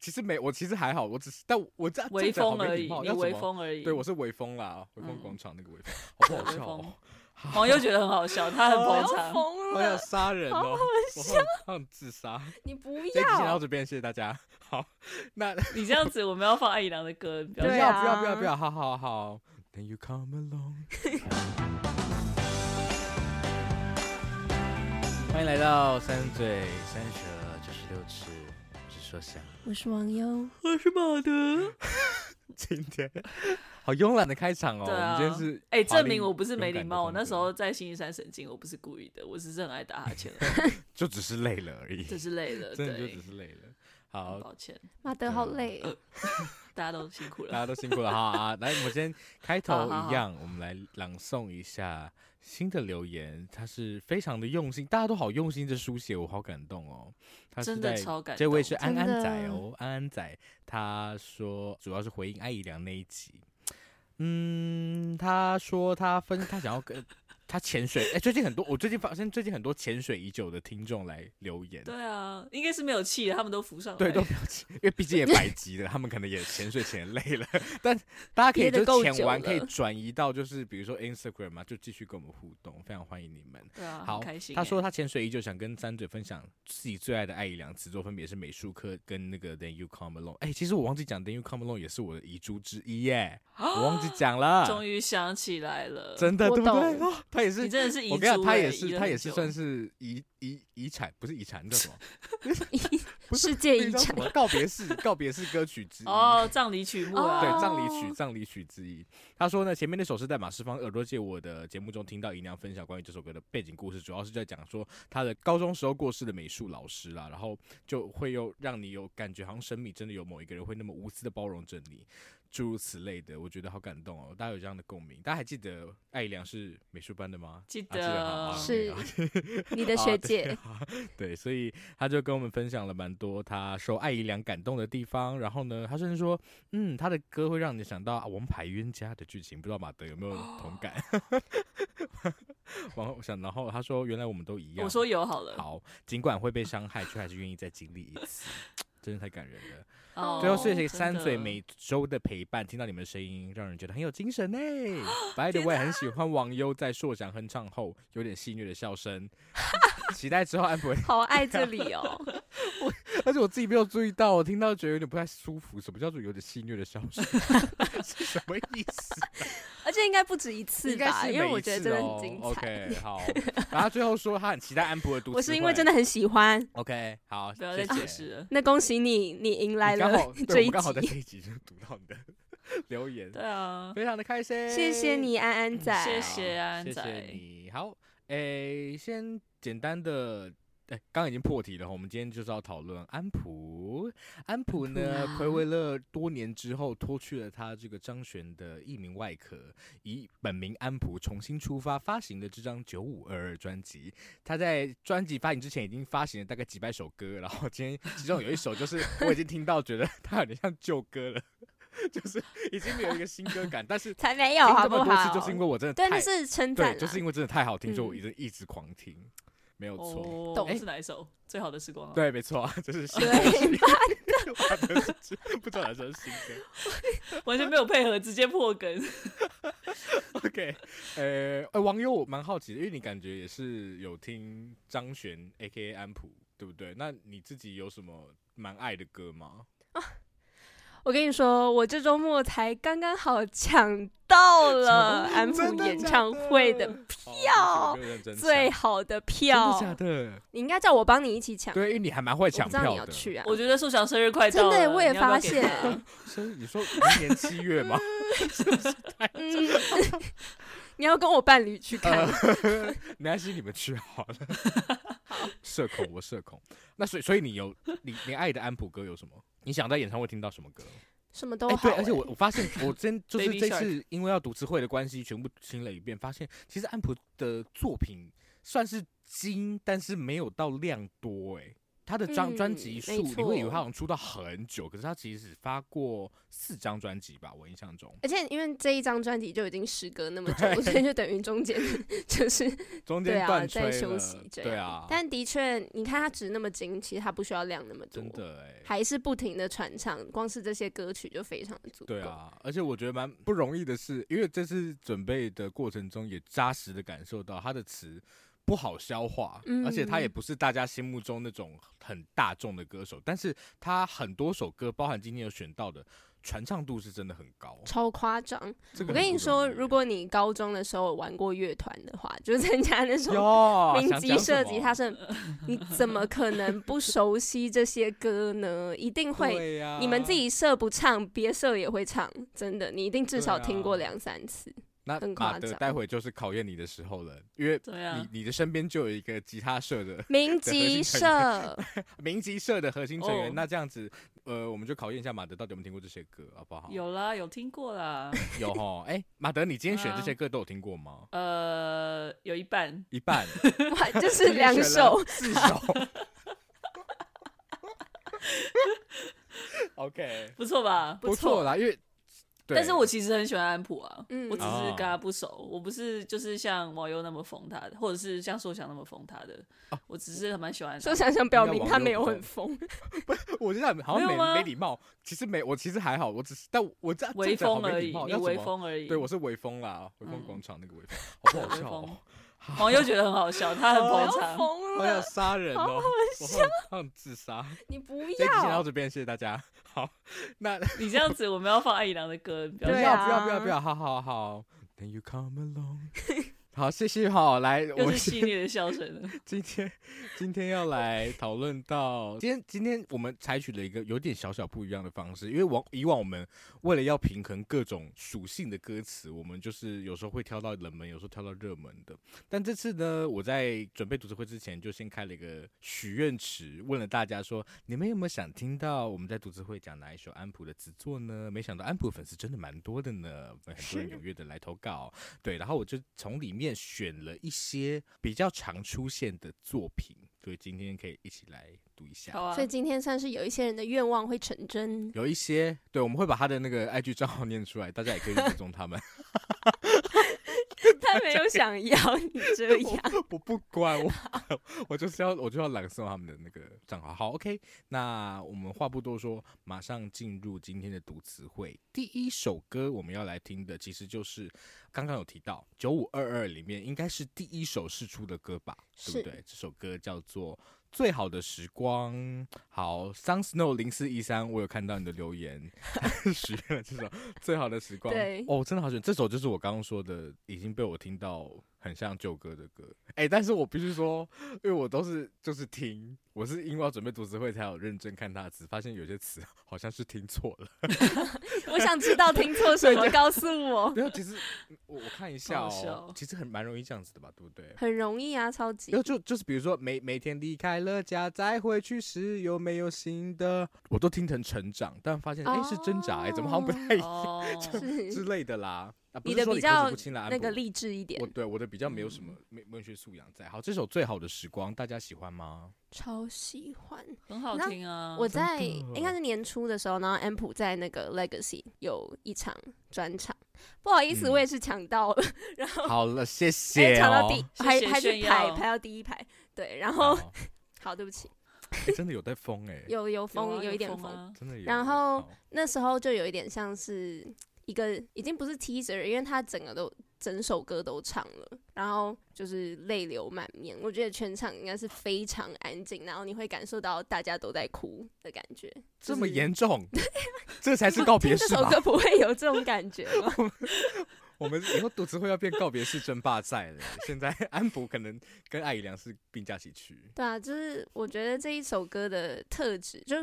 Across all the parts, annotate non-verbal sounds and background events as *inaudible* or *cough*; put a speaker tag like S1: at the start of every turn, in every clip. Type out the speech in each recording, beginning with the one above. S1: 其实没，我其实还好，我只是但我我在
S2: *laughs*
S1: 正
S2: 微
S1: 在
S2: 风
S1: 旁边
S2: 而
S1: 顶
S2: 已，
S1: 炮
S2: 你
S1: 要怎
S2: 微
S1: 么
S2: 风而已。嗯
S1: 对，我是微风啦，微风广场那个微
S2: *laughs*
S1: 风，好不好
S2: 微
S1: 笑
S2: 风
S1: 哦？
S2: 网友觉得很好笑，他很
S3: *laughs*
S2: 捧场。
S3: 疯
S1: 好想
S3: 了，
S1: 杀
S2: *laughs*
S1: 人
S3: 好
S1: 哦！
S3: 好
S1: 我好好想自杀。
S3: 你不
S1: 这一集先到
S3: 要，
S1: 这边，谢谢大家。好，那 *laughs*
S2: 你这样子，我们要放艾怡良的歌，你不要
S1: 不
S3: 对
S1: 要
S3: 啊
S1: 不要不要不要，好好好。Then you come
S2: *laughs*
S1: along 。欢迎来到三嘴三舌九十六尺，只说想。
S3: 我是网友，
S2: 我是马德。
S1: 今天 *laughs* 好慵懒的开场哦。
S2: 对啊
S1: 我们今天是
S2: 哎、
S1: 华丽
S2: 证明我不是没礼貌。我
S1: 勇敢的
S2: 那时候
S1: 风格
S2: 在星期三神经，我不是故意的，我只是很爱打哈欠而已，
S1: 就只是累了而已，
S2: 只是累了。
S1: *laughs* 真的就
S2: 对
S1: 只，是累了。
S2: 很
S1: 好，
S2: 抱歉，
S3: 马德好累，啊
S2: 大家都辛苦
S1: 大家
S2: 了。
S1: 都辛苦了哈
S2: *laughs*
S1: 啊！来，我们先开头
S2: 好好好
S1: 一样，我们来朗诵一下新的留言，他是非常的用心，大家都好用心的书写，我好感动哦。他是
S2: 真的
S1: 在
S2: 超感动
S1: 这位是安安
S3: 真的
S1: 仔哦，安安仔，他说主要是回应艾怡良那一集，嗯，他说他分他想要跟他潜水，哎、最近很多我最近发现最近很多潜水已久的听众来留言，
S2: 对啊，应该是没有气了，他们都浮上来。
S1: 对，都不要急，因为毕竟也百级了，他们可能也潜水潜累了，但大家可以
S3: 憋得
S1: 就
S3: 够
S1: 潜
S3: 久
S1: 完可以
S3: 了
S1: 转移到就是比如说 Instagram 啊嘛，就继续跟我们互动，非常欢迎你们。
S2: 对啊，
S1: 好
S2: 很开心欸、
S1: 他说他潜水依旧想跟三嘴分享自己最爱的爱一两词作，分别是美术课跟那个 Then You Come Along。哎、其实我忘记讲 Then You Come Along 也是我的遗珠之一
S2: *gasps*
S1: 耶，我忘记讲了，
S2: 终于想起来了，
S1: 真的
S3: 我
S1: 对不对？
S3: 懂
S1: 哦他也是
S2: 你真的是遗
S1: 我
S2: 珠
S1: 跟你
S2: 欸、
S1: 讲，他也
S2: 遗
S1: 是，
S2: 了
S1: 他
S2: 很
S1: 也是
S2: 久
S1: 算是遗遗遗产，不是遗产，那叫什么？ *laughs* 不是
S3: 世界
S1: 那
S3: *laughs* 遗
S1: *laughs* 叫什
S3: 产，
S1: 么告别式，告别式歌曲之一。
S2: 哦，葬礼曲目啊，
S1: 对，
S3: 哦
S1: 葬礼曲，葬礼曲之一。他说呢，前面那首是在马世芳耳朵借我的节目中听到姨娘分享关于这首歌的背景故事，主要是在讲说她的高中时候过世的美术老师啦，然后就会又让你有感觉，好像生命真的有某一个人会那么无私的包容着你，诸如此类的，我觉得好感动哦。大家有这样的共鸣，大家还记得艾怡良是美术班的吗？
S2: 记
S1: 啊记啊得好好
S2: 得
S3: 是
S1: OK，好
S3: 你的学姐，
S1: 对，所以他就跟我们分享了蛮多他受艾怡良感动的地方。然后呢，他甚至说，嗯，他的歌会让你想到啊《王牌冤家》的剧情，不知道马德有没有
S2: 哦
S1: 同感？ *laughs* 然后我想，然后他说，原来我们都一样。
S2: 我说有好了，
S1: 好，尽管会被伤害，却还是愿意再经历一次，真的太感人了。
S2: 哦
S1: 最后谢
S2: 真
S1: 谢
S2: 的
S1: 三嘴每周的陪伴，听到你们的声音，让人觉得很有精神呢。By
S2: *gasps*
S1: the way，很喜欢网优在硕翔哼唱后有点戏谑的笑
S2: *laughs*
S1: 声，期待之后安博
S3: 好爱这里
S1: *laughs*
S3: 哦，
S1: 而且我自己没有注意到，我听到觉得有点不太舒服。什么叫做有点戏谑的笑
S3: *laughs*
S1: 声？是什么意思？
S3: 而且应该不止一次
S1: 应该
S3: 吧，
S1: 是
S3: 因为
S1: 每
S3: 我
S1: 一
S3: 觉得
S1: 次
S3: 真的
S1: 哦
S3: 很精彩，
S1: OK，好。然后最后说他很期待安博的读词汇。
S3: 我是因为真的很喜欢，
S1: OK，好，
S2: 不要
S1: 谢
S2: 再
S1: 谢
S2: 啊解释了。
S3: 那恭喜你，你迎来
S1: 你刚
S3: 了
S1: 好
S3: 这
S1: 对，
S3: 一
S1: 我刚好在
S3: 集，
S1: 这一集就读到你的 *laughs* 留言，
S2: 对啊，
S1: 非常的开心。
S3: 谢谢你，安安仔，
S2: 嗯谢
S1: 好
S2: 谢安
S1: 嗯谢谢
S2: 仔
S1: 你。好，诶、先简单的，诶、刚刚已经破题了，我们今天就是要讨论安普。安普呢，
S2: 安普啊
S1: 暌违了多年之后，脱去了他这个张悬的艺名外壳，以本名安普重新出发，发行的这张九五二二专辑。他在专辑发行之前已经发行了大概几百首歌，然后今天其中有一首就是我已经听到，觉得它有点像旧歌了。 *laughs* 就是已经没有一个新歌感，但是
S3: 才没
S1: 听
S3: 有好
S1: 这
S3: 不
S1: 么多次
S3: 好？
S1: 就是因为我真的
S3: 对，
S1: 太
S3: 那是啊称赞
S1: 对，
S3: 啦，
S1: 就是因为真的太好听，所以我一
S3: 嗯
S1: 直一直狂听，没有错。哎
S2: 哦，
S3: 懂
S2: 是哪一首？最好的时光啊。
S1: 对，没错啊，就是新歌，
S3: 对， *laughs*
S1: 我的是新不知道哪首是新歌。
S2: 完全没有配合，直接破
S1: *laughs*
S2: 梗。
S1: OK，呃，呃网友我蛮好奇的，因为你感觉也是有听张悬 A.K.A 安普，对不对？那你自己有什么蛮爱的歌吗？
S3: 我跟你说，我这周末才刚刚好抢到了安
S1: 哦真
S3: 普
S1: 的
S3: 演
S1: 假
S3: 唱会的
S1: 哦好对不起我没有认真抢
S3: 最好的
S1: 真的假
S3: 票，
S1: 的？
S3: 你应该叫我帮你一起抢，我
S1: 对，因为你还蛮会抢
S3: 不知道你
S1: 票
S3: 要
S1: 的。
S3: 去啊。
S2: 我觉得树翔生日快到
S3: 真
S2: 了，
S3: 的，我也
S2: 你要不要
S3: 发
S2: 给
S3: 现
S2: 他，
S1: 所以你说明年七月
S3: *laughs*
S1: 吗？
S3: 嗯， *laughs* 你要跟我伴侣去看，
S1: 呃 *laughs* 没关系，你们去好了。社恐，我社恐。那所以，所以你有你你爱的安普歌有什么？你想在演唱会听到什么歌？
S3: 什么都
S1: 哎、
S3: 好、
S1: 对，而且
S3: 哎
S1: 我我发现，
S3: *laughs*
S1: 我真就是
S2: Baby
S1: 这
S2: Shark
S1: 次因为要读词汇的关
S3: 嗯
S1: 系，全部听了一遍，发现其实安普的作品算是精，但是没有到量多哎、他的张专
S3: 嗯
S1: 辑
S3: 没
S1: 数，你会以为
S3: 错
S1: 他好像出道很久，可是他其实只发过四张专辑吧，我印象中，
S3: 而且因为这一张专辑就已经时隔那么久，所以就等于中间 *laughs* 就是
S1: 中
S3: 对
S1: 间
S3: 啊
S1: 断吹
S3: 在
S1: 了，
S3: 休息这样。
S1: 对啊，
S3: 但的确，你看他值那么精，其实他不需要量那么多
S1: 真，的哎、
S3: 还是不停的传唱，光是这些歌曲就非常的足够。
S1: 对啊，而且我觉得蛮不容易的是，因为这次准备的过程中也扎实的感受到他的词不好消化，而且他也
S3: 嗯
S1: 不是大家心目中那种很大众的歌手，但是他很多首歌，包含今天有选到的，传唱度是真的很高。
S3: 超夸张！
S1: 这个很
S3: 我跟
S1: 不容
S3: 你说，
S1: 易欸
S3: 如果你高中的时候有玩过乐团的话，就参加那种
S1: 有啊
S3: 民集社吉他
S1: 是 *laughs*
S3: 社，你怎么可能不熟悉这些歌呢？一定会，
S1: 对啊呀、
S3: 你们自己社不唱，别社也会唱，真的，你一定至少
S1: 对啊
S3: 听过两三次。
S1: 那
S3: 很
S1: 马
S3: 夸
S1: 德
S3: 张
S1: 待会就是考验你的时候了，因为
S2: 对啊，
S1: 你你的身边就有一个吉他社的核心
S3: 民集 *laughs*
S1: 成
S3: 社，
S1: *laughs* 民集社的核心成员。
S2: 哦
S1: 那这样子，呃，我们就考验一下马德到底有没有听过这些歌，好不好？
S2: *laughs* 有啦，有听过啦，
S1: *laughs* 有哈，哎、马德，你今天选这
S2: 啊
S1: 些歌都有听过吗？
S2: 呃，有一半
S1: 一半
S3: 哇，就是两
S1: 选了
S3: 首，
S1: 四
S2: *laughs*
S1: 首。OK，
S2: 不错吧？
S1: 不错啦，因为，对
S2: 但是我其实很喜欢安普啊，
S3: 嗯
S2: 我只是跟他不熟，我不是就是像网友那么疯他的，或者是像说想那么疯他的，
S1: 啊
S2: 我只是很蛮喜欢他
S3: 说
S2: 的。
S3: 想想表
S1: 应该
S3: 明
S1: 网
S3: 他
S1: 友
S3: 没
S1: 不
S3: 有
S1: 懂
S3: 很疯，
S1: *laughs* 我觉得好像
S2: 没有
S1: 没
S2: 吗
S1: 没礼貌，其实没，我其实还好，我只是，但我这样
S2: 微
S1: 这样
S2: 风
S1: 讲好没
S2: 而
S1: 礼
S2: 已，
S1: 貌
S2: 你
S1: 要怎
S2: 微
S1: 么
S2: 风而已。嗯
S1: 对，我是微风啦，微风广场那个微风，好不好
S2: 微
S1: 笑
S2: 风
S1: 哦？
S2: 网友觉得很好笑，他很捧
S1: *laughs*
S2: 场。
S3: 疯
S1: 好想
S3: 了，
S1: 杀人
S3: 好
S1: 哦，我好想自杀。
S3: 你不
S1: 这一集先到
S3: 要，
S1: 这边，谢谢大家。好，那
S2: *laughs* 你这样子，我们要放爱姨郎的歌，你不
S1: *laughs* 不
S2: 要
S3: 对
S1: 要不要不
S3: 啊
S1: 要不要，好好好。Then *laughs* you come along 。 *laughs* 好，谢谢好，来，我
S2: 又
S1: 们
S2: 是系列的笑声
S3: *laughs*
S2: 了。
S1: 今天今天要来讨论到，今天今天我们采取了一个有点小小不一样的方式，因为往以往我们为了要平衡各种属性的歌词，我们就是有时候会挑到冷门，有时候挑到热门的。但这次呢，我在准备读书会之前，就先开了一个许愿池，问了大家说，你们有没有想听到我们在读书会讲哪一首安普的词作呢？没想到安普的粉丝真的蛮多的呢，很多人踊跃的来投稿。对，然后我就从里面选了一些比较常出现的作品，所以今天可以一起来读一下。
S2: 好啊
S3: 所以，今天算是有一些人的愿望会成真。
S1: 有一些，对，我们会把他的那个 IG 账号念出来，大家也可以去追踪他们。
S3: *laughs* 他没有想要你 *laughs* 这样，
S1: *laughs* 我不管， *laughs* 我我就是要我就要朗诵他们的那个账号。好，OK，那我们话不多说，马上进入今天的读词汇。第一首歌我们要来听的，其实就是刚刚有提到九五二二里面应该是第一首试出的歌吧，对不
S3: 是
S1: 对？这首歌叫做《最好的时光》。好，Sun Snow 零四一三，我有看到你的留言， *laughs* 许愿了这首《最好的时光》。
S3: 对
S1: 哦，真的好喜欢这首，就是我刚刚说的，已经被我听到很像旧歌的歌。哎、但是我必须说，因为我都是就是听，我是因为要准备读词汇才有认真看他的词，发现有些词 *laughs* 好像是听错了。
S3: 我想知道听错什么，告诉我。
S1: 没有，其实 *laughs* 我我看一下
S2: 好好笑
S1: 哦
S2: 哦，
S1: 其实很蛮容易这样子的吧，对不对？
S3: 很容易啊，超级
S1: 然后就就是比如说每每天离开了家，再回去时有没有新的？我都听成成长，但发现哎、是挣扎哎、怎么好像不太一样、
S3: *laughs*
S2: 哦，
S1: 之
S3: 是
S1: 类的啦。啊、不
S3: 你
S1: 是
S3: 的
S1: 说
S3: 比
S1: 口齿
S3: 较
S1: 不清啦安
S3: 那个
S1: 博
S3: 励志一点嗯
S1: 我，对我的比较没有什么文文学素养在。好，这首《最好的时光》大家喜欢吗？ *laughs*
S3: 超喜欢。
S2: 很好听啊。
S3: 我
S1: 真
S3: 在
S1: 的
S3: 应该是年初的时候，然后安普在那个 Legacy 有一场专场，不好意思，
S1: 嗯
S3: 我也是抢到了， *laughs* 然后
S1: 好了，谢
S3: 哎
S1: 谢
S3: 抢到
S1: 哦
S3: 第
S2: 谢
S3: 还
S2: 谢
S3: 还去
S2: 炫
S3: 排
S2: 耀
S3: 排到第一排，对，
S1: *laughs*
S3: 然
S1: 好
S3: 后好，对不起，
S1: 哎真的有在疯哎、
S3: 有有风，
S2: 有
S3: 有一点风，
S2: 风，，
S1: 真的有。
S3: 然后
S1: 好
S3: 那时候就有一点像是一个已经不是 teaser，因为他整个都整首歌都唱了，然后就是泪流满面。我觉得全场应该是非常安静，然后你会感受到大家都在哭的感觉。
S1: 这么
S3: 就是啊
S1: 严重，这才是
S3: *laughs*
S1: 告别
S3: 这
S1: 式
S3: 首
S1: 吧？
S3: 歌不会有这种感觉吗？
S1: 我们以后读词会要变告别式争霸赛了。现在 *laughs* 安博可能跟艾怡良是并驾齐驱。
S3: 对啊，就是我觉得这一首歌的特质，就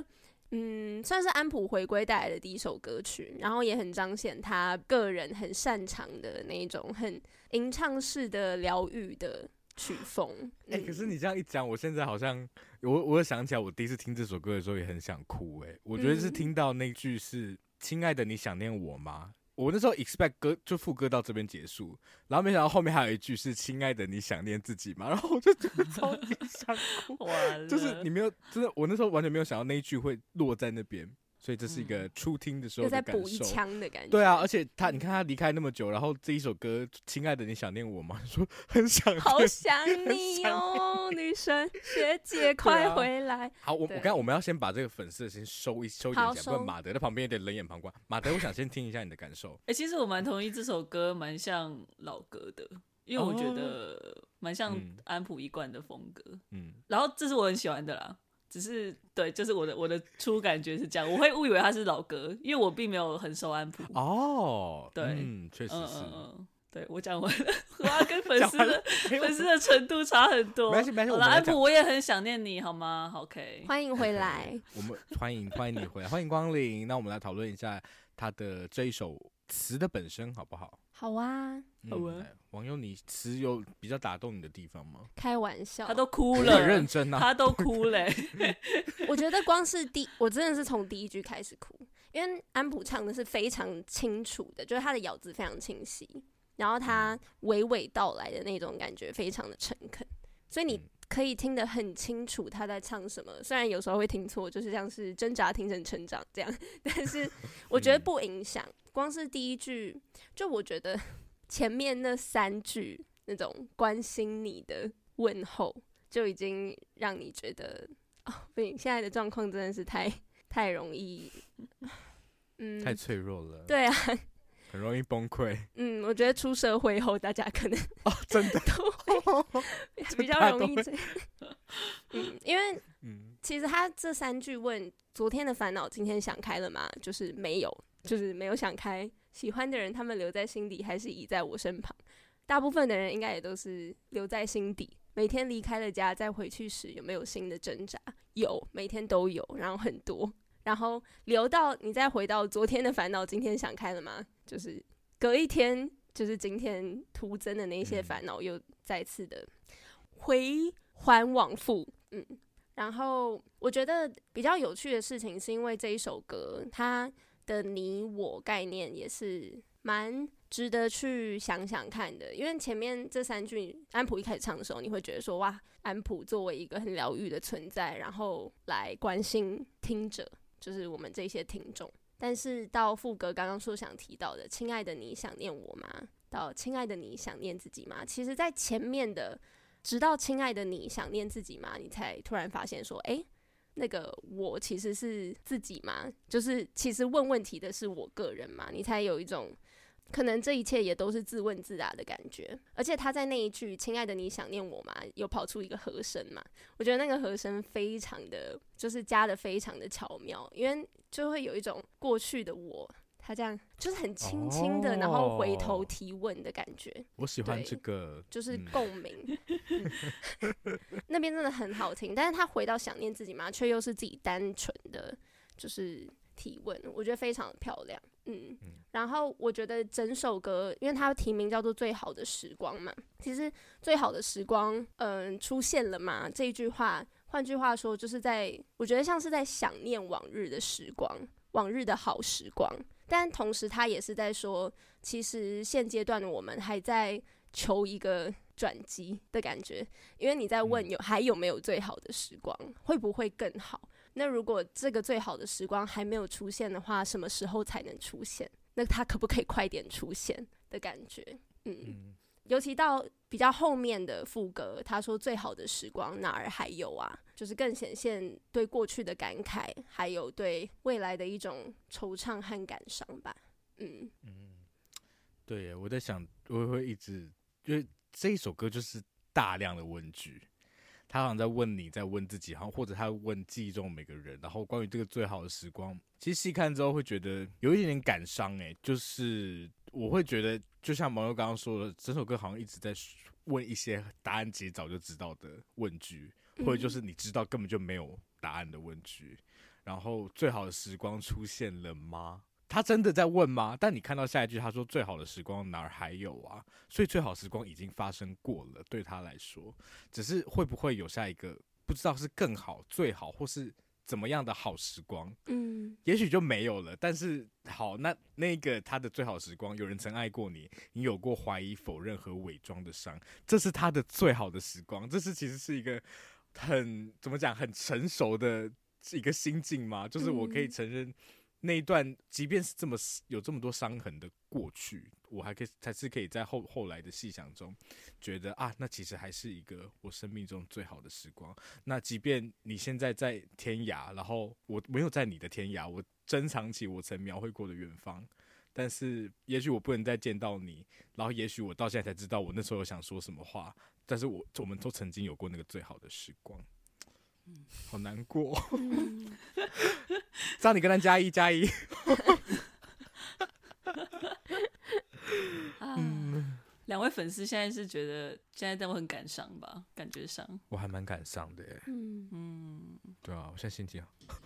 S3: 嗯，算是安普回归带来的第一首歌曲，然后也很彰显他个人很擅长的那一种很吟唱式的疗愈的曲风。嗯
S1: 哎、可是你这样一讲，我现在好像我我又想起来，我第一次听这首歌的时候也很想哭、哎，我觉得是
S3: 嗯
S1: 听到那句是“亲爱的，你想念我吗？”我那时候 expect 歌就副歌到这边结束，然后没想到后面还有一句是“亲爱的，你想念自己吗？”然 *laughs* 后我就觉得超级想哭
S2: *laughs* 完了，
S1: 就是
S3: 嗯
S1: 你没有真的，我那时候完全没有想到那一句会落在那边，所以这是一个初听的时候
S3: 嗯又
S1: 的
S3: 再
S1: 感
S3: 补一
S1: 受。
S3: 枪的感觉。 *laughs*
S1: 对啊，而且他，你看他离开那么久，然后这一首歌《亲爱的，你想念我吗》， *laughs* 说很想啊念
S3: 好想你哦，女神学
S1: *laughs*
S3: 姐，快回来！
S1: 好，我我
S3: 对
S1: 刚才我们要先把这个粉丝的先收一收一点
S3: 好
S1: 起来，不然
S3: 收
S1: 马德在旁边有点冷眼旁观。马德，我想先听一下你的感受
S2: 哎、其实我蛮同意这首歌，蛮像老歌的，因为我觉得蛮像
S1: 嗯
S2: 安普一贯的风格。
S1: 嗯，
S2: 然后这是我很喜欢的啦，只是对，就是我的我的初感觉是这样，我会误以为它是老歌，因为我并没有很熟安普。
S1: 哦，
S2: 对
S1: 嗯，确实
S2: 嗯
S1: 是。
S2: 嗯
S1: *laughs*
S2: 嗯，对我讲完了， *laughs* 我要跟粉
S1: 讲
S2: 丝
S1: 完
S2: 的
S1: 了没有
S2: 粉丝的程度差很多。
S1: 没关系没关系
S2: 好
S1: 我
S2: 啦
S1: 们来
S2: 安普
S1: 讲
S2: 我也很想念你，好吗好？OK，
S3: 欢迎
S1: *laughs*
S3: 回来。
S1: 我们欢迎欢迎你回来，欢迎光临。那我们来讨论一下他的这一首词的本身好不好？
S3: 好啊，
S2: 好啊
S1: 嗯，来网友，你词有比较打动你的地方吗？
S3: 开玩笑，
S2: 他都哭
S1: 我
S2: 了，
S1: 很认真啊，
S2: 他都哭
S1: *laughs*
S2: 了欸、
S3: 我觉得光是第，我真的是从第一句开始哭，因为安普唱的是非常清楚的，就是他的咬字非常清晰，然后他娓娓道来的那种感觉非常的诚恳，所以你
S1: 嗯
S3: 可以听得很清楚他在唱什么。虽然有时候会听错，就是像是挣扎听成成长这样，但是我觉得不影响。光是第一句，就我觉得前面那三句那种关心你的问候，就已经让你觉得哦，不行，现在的状况真的是太太容易，嗯，
S1: 太脆弱了，，
S3: 对啊，
S1: 很容易崩溃。
S3: 嗯，我觉得出社会后，大家可能
S1: 哦真的，
S3: 都会比较容易这样，嗯，因为
S1: 嗯，
S3: 其实他这三句问昨天的烦恼，今天想开了吗？就是没有，就是没有想开。喜欢的人，他们留在心底，还是倚在我身旁？大部分的人应该也都是留在心底。每天离开了家，再回去时，有没有新的挣扎？有，每天都有，然后很多，然后留到你再回到昨天的烦恼，今天想开了吗？就是隔一天，就是今天徒增的那些
S1: 嗯
S3: 烦恼，又再次的回环往复，嗯，然后我觉得比较有趣的事情，是因为这一首歌它的你我概念也是蛮值得去想想看的。因为前面这三句，安普一开始唱的时候，你会觉得说哇，安普作为一个很疗愈的存在，然后来关心听者，就是我们这些听众。但是到副歌刚刚说想提到的，亲爱的你想念我吗？到亲爱的你想念自己吗？其实，在前面的直到亲爱的你想念自己吗？你才突然发现说，诶，那个我其实是自己吗？就是其实问问题的是我个人嘛，你才有一种可能这一切也都是自问自答的感觉。而且他在那一句“亲爱的，你想念我吗”有跑出一个和声嘛，我觉得那个和声非常的，就是加的非常的巧妙，因为就会有一种过去的我。他这样就是很轻轻的，然后回头
S1: 哦
S3: 提问的感觉。
S1: 我喜欢
S3: 对
S1: 这个，
S3: 就是
S1: 嗯
S3: 共鸣，嗯 *laughs* 那边真的很好听。但是他回到想念自己嘛，却又是自己单纯的，就是提问，我觉得非常漂亮。嗯，然后我觉得整首歌，因为它题名叫做《最好的时光》嘛，其实“最好的时光”嗯、出现了嘛这一句话，换句话说，就是在我觉得像是在想念往日的时光，往日的好时光。但同时，他也是在说，其实现阶段的我们还在求一个转机的感觉，因为你在问有还有没有最好的时光，会不会更好？那如果这个最好的时光还没有出现的话，什么时候才能出现？那它可不可以快点出现的感觉？嗯，
S1: 嗯
S3: 尤其到比较后面的副歌，他说最好的时光哪儿还有啊？就是更显现对过去的感慨，还有对未来的一种惆怅和感伤吧。嗯，
S1: 对耶，我在想，我会一直，因为这一首歌就是大量的问句，他好像在问你，在问自己，然后或者他问记忆中每个人，然后关于这个最好的时光，其实细看之后会觉得有一点点感伤，哎，就是我会觉得，就像毛友刚刚说的，整首歌好像一直在问一些答案其实早就知道的问句，或
S3: 嗯
S1: 者就是你知道根本就没有答案的问句，然后最好的时光出现了吗？他真的在问吗？但你看到下一句，他说最好的时光哪儿还有啊？所以最好时光已经发生过了，对他来说，只是会不会有下一个不知道是更好、最好或是怎么样的好时光，
S3: 嗯，
S1: 也许就没有了。但是好，那那个他的最好时光，有人曾爱过你，你有过怀疑、否认和伪装的伤，这是他的最好的时光。这是其实是一个很怎么讲，很成熟的一个心境吗？就是我可以
S3: 嗯
S1: 承认。那一段，即便是这么有这么多伤痕的过去，我还可以才是可以在后后来的细想中，觉得啊，那其实还是一个我生命中最好的时光。那即便你现在在天涯，然后我没有在你的天涯，我珍藏起我曾描绘过的远方。但是，也许我不能再见到你，然后也许我到现在才知道我那时候有想说什么话，但是我我们都曾经有过那个最好的时光，
S2: 嗯
S1: 好难过。哦 *laughs* 让你跟他加一加一，
S2: 啊，
S1: 嗯
S2: 两位粉丝现在是觉得现在都很感伤吧？感觉伤，
S1: 我还蛮感伤的耶。
S3: 嗯，
S2: 嗯，
S1: 对啊，我现在心情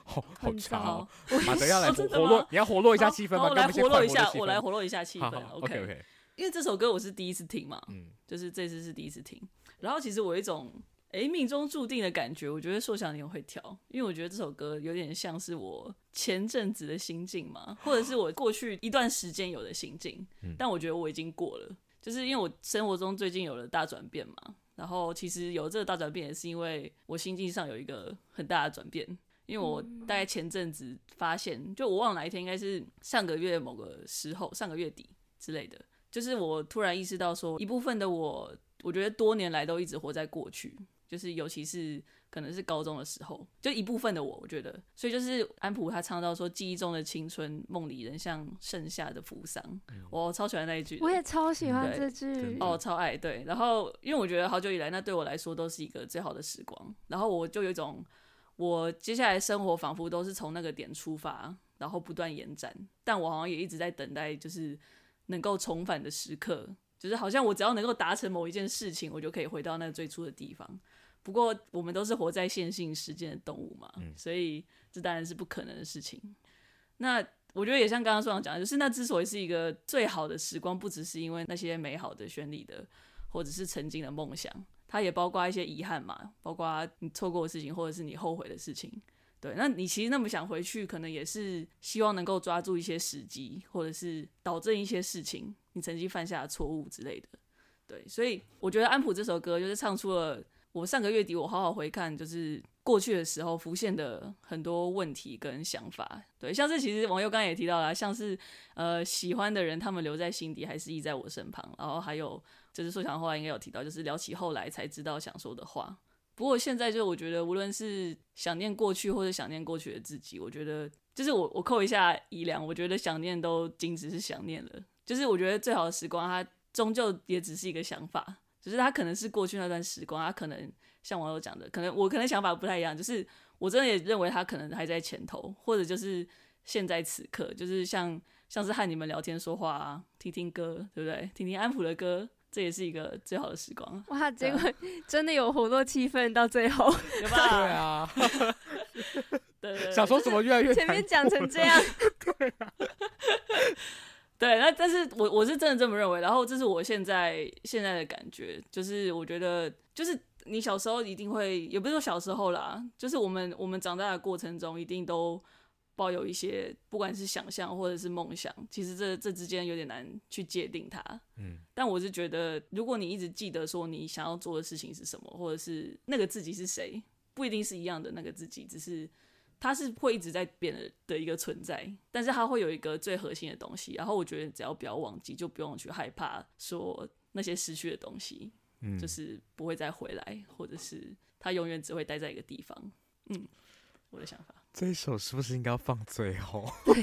S1: 好好
S3: 很
S1: 差哦。
S2: 好
S1: 马德要来
S2: *laughs* 哦
S1: 活
S2: 真的
S1: 活
S2: 吗
S1: 络，你要活络一下
S2: 好
S1: 气氛
S2: 好
S1: 吧，
S2: 我
S1: 该
S2: 来
S1: 不是
S2: 活
S1: 快
S2: 络一
S1: 活的
S2: 下，
S1: 气氛
S2: 我来活络一下气
S1: 好
S2: 氛
S1: 好。
S2: OK
S1: OK，
S2: 因为这首歌我是第一次听嘛，
S1: 嗯，
S2: 就是这次是第一次听。然后其实我有一种诶命中注定的感觉，我觉得硕翔你很会挑，因为我觉得这首歌有点像是我前阵子的心境嘛，或者是我过去一段时间有的心境，但我觉得我已经过了，就是因为我生活中最近有了大转变嘛。然后其实有这个大转变，也是因为我心境上有一个很大的转变，因为我大概前阵子发现，就我忘了哪一天，应该是上个月某个时候，上个月底之类的，就是我突然意识到说，一部分的我，我觉得多年来都一直活在过去，就是尤其是可能是高中的时候，就一部分的我，我觉得，所以就是安普他唱到说，记忆中的青春，梦里人像盛夏的扶桑，我超喜欢那一句的，
S3: 我也超 *laughs* 喜欢
S2: 对
S3: 这句
S1: 真的 *laughs*
S2: 哦，超爱对。然后因为我觉得好久以来，那对我来说都是一个最好的时光。然后我就有一种，我接下来生活仿佛都是从那个点出发，然后不断延展。但我好像也一直在等待，就是能够重返的时刻。就是好像我只要能够达成某一件事情，我就可以回到那最初的地方。不过我们都是活在线性时间的动物嘛，所以这当然是不可能的事情。那我觉得也像刚刚宋阳讲的，就是那之所以是一个最好的时光，不只是因为那些美好的、绚丽的，或者是曾经的梦想，它也包括一些遗憾嘛，包括你错过的事情，或者是你后悔的事情。对，那你其实那么想回去，可能也是希望能够抓住一些时机，或者是导正一些事情，你曾经犯下的错误之类的。对，所以我觉得安普这首歌就是唱出了我上个月底我好好回看，就是过去的时候浮现的很多问题跟想法。对，像是其实网友刚才也提到了，像是呃喜欢的人他们留在心底，还是依在我身旁。然后还有就是说想后来应该有提到，就是聊起后来才知道想说的话。不过现在就我觉得，无论是想念过去或者想念过去的自己，我觉得就是我我扣一下疑梁，我觉得想念都仅只是想念了。就是我觉得最好的时光，它终究也只是一个想法，只是它可能是过去那段时光，它可能像网友讲的，可能我可能想法不太一样，就是我真的也认为他可能还在前头，或者就是现在此刻，就是像像是和你们聊天说话啊，听听歌，对不对？听听安普的歌，这也是一个最好的时光，
S3: 哇，
S2: 对
S3: 结
S2: 啊
S3: 果真的有活络气氛到最后，
S2: 有
S1: *laughs* 对
S2: 吧？
S1: 啊，
S2: *laughs* 对对对
S1: 想说什么越来越
S3: *laughs* 前面
S1: 难
S3: 讲成这样，
S2: 对，那但是我我是真的这么认为，然后这是我现在现在的感觉，就是我觉得就是你小时候一定会，也不是说小时候啦，就是我们我们长大的过程中一定都抱有一些不管是想象或者是梦想，其实这这之间有点难去界定它。
S1: 嗯，
S2: 但我是觉得，如果你一直记得说你想要做的事情是什么，或者是那个自己是谁，不一定是一样的那个自己，只是它是会一直在变的的一个存在，但是它会有一个最核心的东西。然后我觉得只要不要忘记，就不用去害怕说那些失去的东西，
S1: 嗯 *laughs*
S2: 就是不会再回来，或者是它永远只会待在一个地方。嗯，我的想法。
S1: 这一首是不是应该要放最后？ *laughs* 我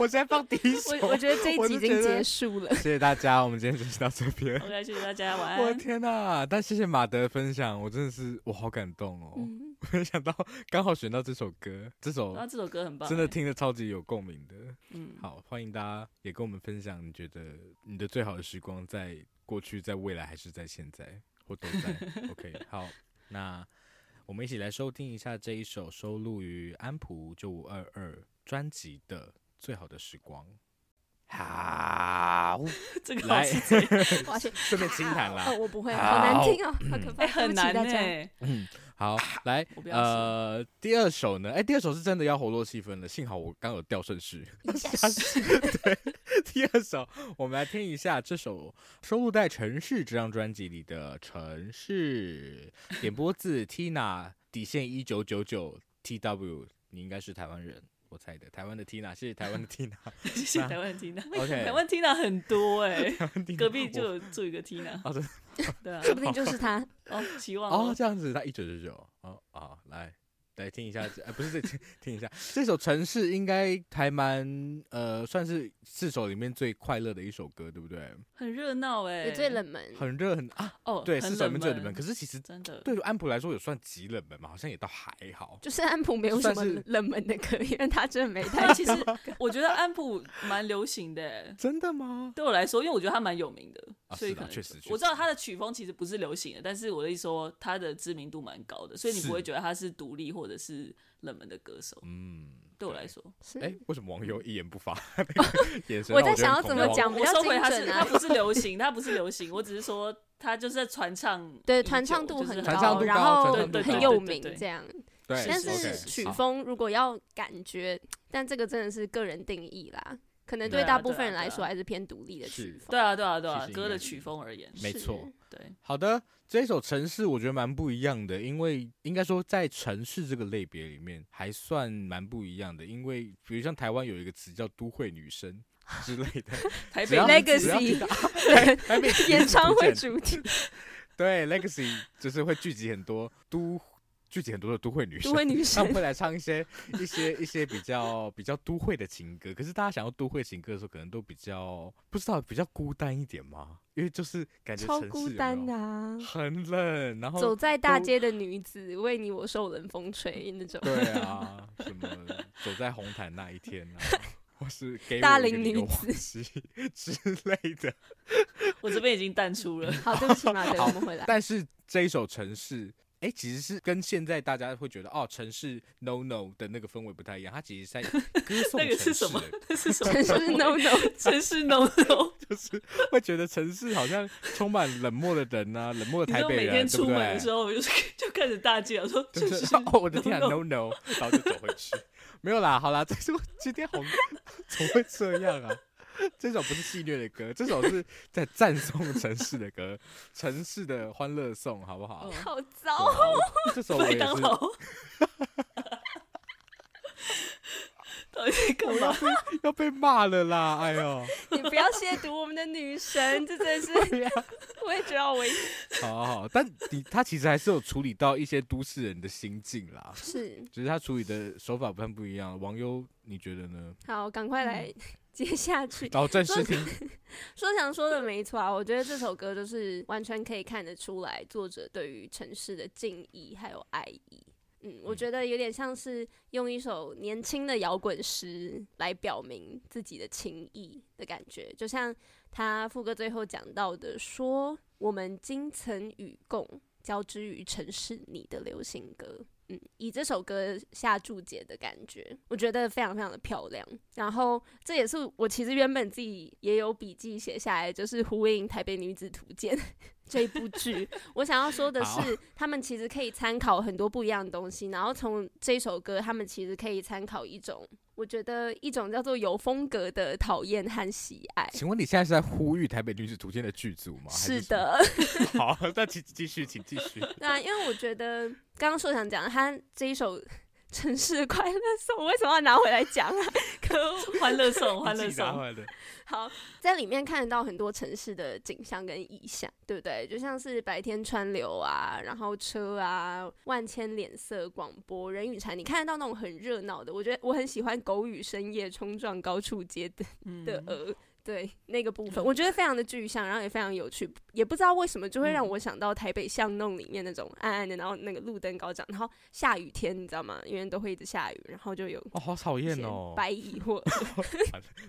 S1: *laughs* 我现在放第一首。
S3: 我我觉得这一集已经结束了。
S1: 谢谢大家，我们今天就先到这边。
S2: OK，谢谢大家，晚
S1: 我的
S2: 安。
S1: 天呐！但谢谢马德的分享，我真的是我好感动哦！
S3: 嗯，
S1: *laughs* 没想到刚好选到这首歌，这首
S2: 然后这首歌很棒、
S1: 真的
S2: 欸
S1: 听得超级有共鸣的。 *laughs*
S2: 嗯，
S1: 好，欢迎大家也跟我们分享，你觉得你的最好的时光在过去、在未来，还是在现在，或都
S2: *laughs*
S1: 在？OK，好，那我们一起来收听一下这一首收录于安普九五二二专辑的《最好的时光。
S4: 好，
S2: 这个好
S3: *laughs*
S1: 来
S2: 吃贼，
S3: 我要去
S1: 顺便清谈
S2: *laughs*
S1: 啦嗯
S3: 哦，我不会，好难听哦，好可怕，
S2: 哎，很难欸
S3: 对不起大
S2: 呢、
S3: 家。
S1: 好，来
S2: 啊我，不要
S1: 呃，第二首呢？哎、第二首是真的要活络气氛了，幸好我刚有调顺序。对， *laughs* 第二首我们来听一下这首收录在《城市》这张专辑里的《城市》，点播自 Tina 底线一九九九 TW，你应该是台湾人，我猜的，台湾的 Tina，谢谢台湾的
S2: *laughs*
S1: Tina。
S2: 谢谢台
S1: *laughs*
S2: 湾 Tina，
S1: OK
S2: 台湾 Tina 很多哎、
S1: Tina，
S2: 隔壁就
S1: 哎我
S2: 有住一个 Tina，
S1: 哦真的 *laughs*
S2: 对啊，
S3: 说不定就是他，
S2: 哦，期望
S1: 哦，
S2: 了
S1: 这样子，他一九九九，哦哦，来来听一下这，呃，不是这听一下这首《城市》，应该还蛮呃，算是四首里面最快乐的一首歌，对不对？
S2: 很热闹哎，
S3: 也最冷门。
S1: 很热很啊，
S2: 哦，
S1: 对，
S2: 很
S1: 四首里面
S2: 冷
S1: 最冷
S2: 门
S1: 门。可是其实
S2: 真的， *laughs*
S1: 对安普来说，有算极冷门吗？好像也倒还好。
S3: 就是安普没有什么
S1: 算是
S3: 冷门的歌，因为他真的没太
S2: 但其实我觉得安普蛮流行的欸，
S1: 真的吗？
S2: 对我来说，因为我觉得他蛮有名的，
S1: 啊
S2: 所以
S1: 是
S2: 可
S1: 啦
S2: 能
S1: 确实确
S2: 我知道他的曲风其实不是流行的，但是我的意思说他的知名度蛮高的，所以你
S1: 是
S2: 不会觉得他是独立或者是冷门的歌手。
S1: 嗯，
S2: 对我来，说，
S3: 是
S1: 哎，为什么网友一言不发？ *laughs* 那
S3: *laughs*
S1: 个眼神
S3: 我
S1: 让
S3: 在
S1: 我觉得
S3: 想
S1: 很
S3: 要
S1: 恐
S3: 怎么
S1: 慌
S3: 讲比
S2: 我
S3: 较
S2: 收
S3: 精
S2: 回他是
S3: 准
S2: 他
S3: 啊。
S2: 不是流行，他不是流行，我只是说他就是在传唱，
S3: *laughs* 对，传唱度
S2: 很
S3: 很
S1: 传唱
S3: 高，
S1: 度
S3: 然
S1: 高
S3: 后
S1: 传唱度
S3: 很
S1: 高
S3: 有
S2: 对对
S3: 名
S2: 对
S3: 这样。
S1: 对，
S3: 但
S2: 是
S3: 是
S1: OK，
S3: 曲
S1: 好
S3: 风如果要感觉，但这个真的是个人定义啦，可能对
S2: 对啊
S3: 大部
S2: 对啊
S3: 分人
S2: 对
S3: 来
S2: 啊
S3: 说还是偏独立的曲
S1: 是
S3: 风。
S2: 对啊，对啊，对啊
S1: 其，实
S2: 歌
S1: 应该
S2: 的
S1: 是
S2: 曲风而言，
S1: 没
S3: 是
S1: 错。
S2: 对，
S1: 好的，这一首《城市》我觉得蛮不一样的，因为应该说在城市这个类别里面还算蛮不一样的，因为比如像台湾有一个词叫都会女
S3: *laughs*
S1: 生之类的，
S2: 台
S1: 只
S2: 北
S1: 要
S2: 那
S1: 只要 *laughs* 听到台
S3: *laughs*
S1: 北
S3: 演唱会
S1: 主
S3: 主题，
S1: 对 Legacy 就是会聚集很多都聚集很多的都会女 *laughs* 生，
S3: 都会女
S1: 他们
S3: 神
S1: 会来唱一些一些一些比较比较都会的情歌，可是大家想要都会情歌的时候，可能都比较不知道比较孤单一点嘛，因为就是感觉
S3: 超
S1: 城
S3: 孤
S1: 市有没
S3: 单
S1: 有
S3: 的、啊。
S1: 很冷，然后
S3: 走在大
S1: 都
S3: 街的女子，为你我受冷风吹
S1: *laughs*
S3: 那种。
S1: 对啊，什么走在红毯那一天啊，
S2: *laughs*
S1: 或是给
S3: 大
S1: 我一个
S3: 龄
S1: 理由
S3: 女
S1: 忘记之类的。
S2: 我这边已经淡出
S1: 嗯
S2: 了。
S3: 好，对不起马德，我们回来。 *laughs*
S1: 但是这一首《城市》，哎，其实是跟现在大家会觉得哦，城市 no no 的那个氛围不太一样，它其实在歌颂
S2: *laughs* 那个
S1: 城市 *laughs* 欸
S2: 是什么
S1: 的，
S2: 那是什么？
S3: *laughs* 真是
S1: *laughs*
S3: no no，
S2: 真是 no no！
S1: 就是会觉得城市好像充满冷漠的人啊，冷漠的
S2: 你
S1: 台
S2: 知道
S1: 北
S2: 每
S1: 人，
S2: 天
S1: 对
S2: 出
S1: 不
S2: 门的
S1: 对？
S2: 时候，我就是 *laughs* 就看着大街，我说
S1: 就
S2: 这
S1: 是
S2: 是
S1: 哦，我的天啊
S2: no
S1: ，no no，然后就走回去，没有啦，好啦，这是我今天好怎么会这样啊？这首不是戏虐的歌，这首是在赞颂城市的歌，城市的欢乐颂，好不好？
S2: 嗯
S3: 好
S1: 对
S3: 糟。哦
S1: 好这首我
S2: 麦
S1: 也
S2: 当
S1: 是
S2: 劳。 *laughs* 到底在干
S1: *laughs*
S2: 嘛？
S1: 要被骂了啦，哎呦，
S3: 你不要亵渎我们的女神，这真的是，
S1: 对呀，
S3: *laughs* 我也觉得好危险。
S1: 好好，好但你他其实还是有处理到一些都市人的心境啦，
S3: 是，
S1: 只是他处理的手法不太不一样。王优，你觉得呢？
S3: 好，赶快来 *laughs* 接下去。
S1: *laughs* 然后正式听，
S3: 说想说的没错啊，我觉得这首歌就是完全可以看得出来作者对于城市的敬意还有爱意。嗯，我觉得有点像是用一首年轻的摇滚诗来表明自己的情谊的感觉，就像他副歌最后讲到的说：“我们今曾与共，交织于城市你的流行歌。”嗯，以这首歌下注解的感觉，我觉得非常非常的漂亮。然后这也是我其实原本自己也有笔记写下来，就是呼应《台北女子图鉴》 *laughs* 这一部剧。我想要说的
S1: 好
S3: 是，他们其实可以参考很多不一样的东西，然后从这首歌，他们其实可以参考一种，我觉得一种叫做有风格的讨厌和喜爱。
S1: 请问你现在是在呼吁台北女子图鉴的剧组吗？还
S3: 是
S1: 什么
S3: 的， *laughs*
S1: 好， *laughs* 那请继续，请继续。
S3: 对啊，因为我觉得刚刚硕想讲他这一首《城市的快乐颂》，我为什么要拿回来讲啊？ *laughs* 可恶！
S2: 欢乐颂，欢乐
S1: 自己拿
S2: 颂，
S1: 回来的啊
S3: 好，在里面看得到很多城市的景象跟意象，对不对？就像是白天川流啊，然后车啊，万千脸色广播人与蝉，你看得到那种很热闹的。我觉得我很喜欢狗语深夜冲撞高处街灯。
S2: 嗯
S3: 的鹅，对那个部
S1: *laughs*
S3: 分，我觉得非常的具象，然后也非常有趣，也不知道为什么就会让
S2: 嗯
S3: 我想到台北巷弄里面那种暗暗的，然后那个路灯高涨，然后下雨天你知道吗？因为都会一直下雨，然后就有
S1: 哦，好讨
S3: 一
S1: 厌
S3: 些
S1: 哦。
S3: 白蚁
S1: *laughs*
S3: 或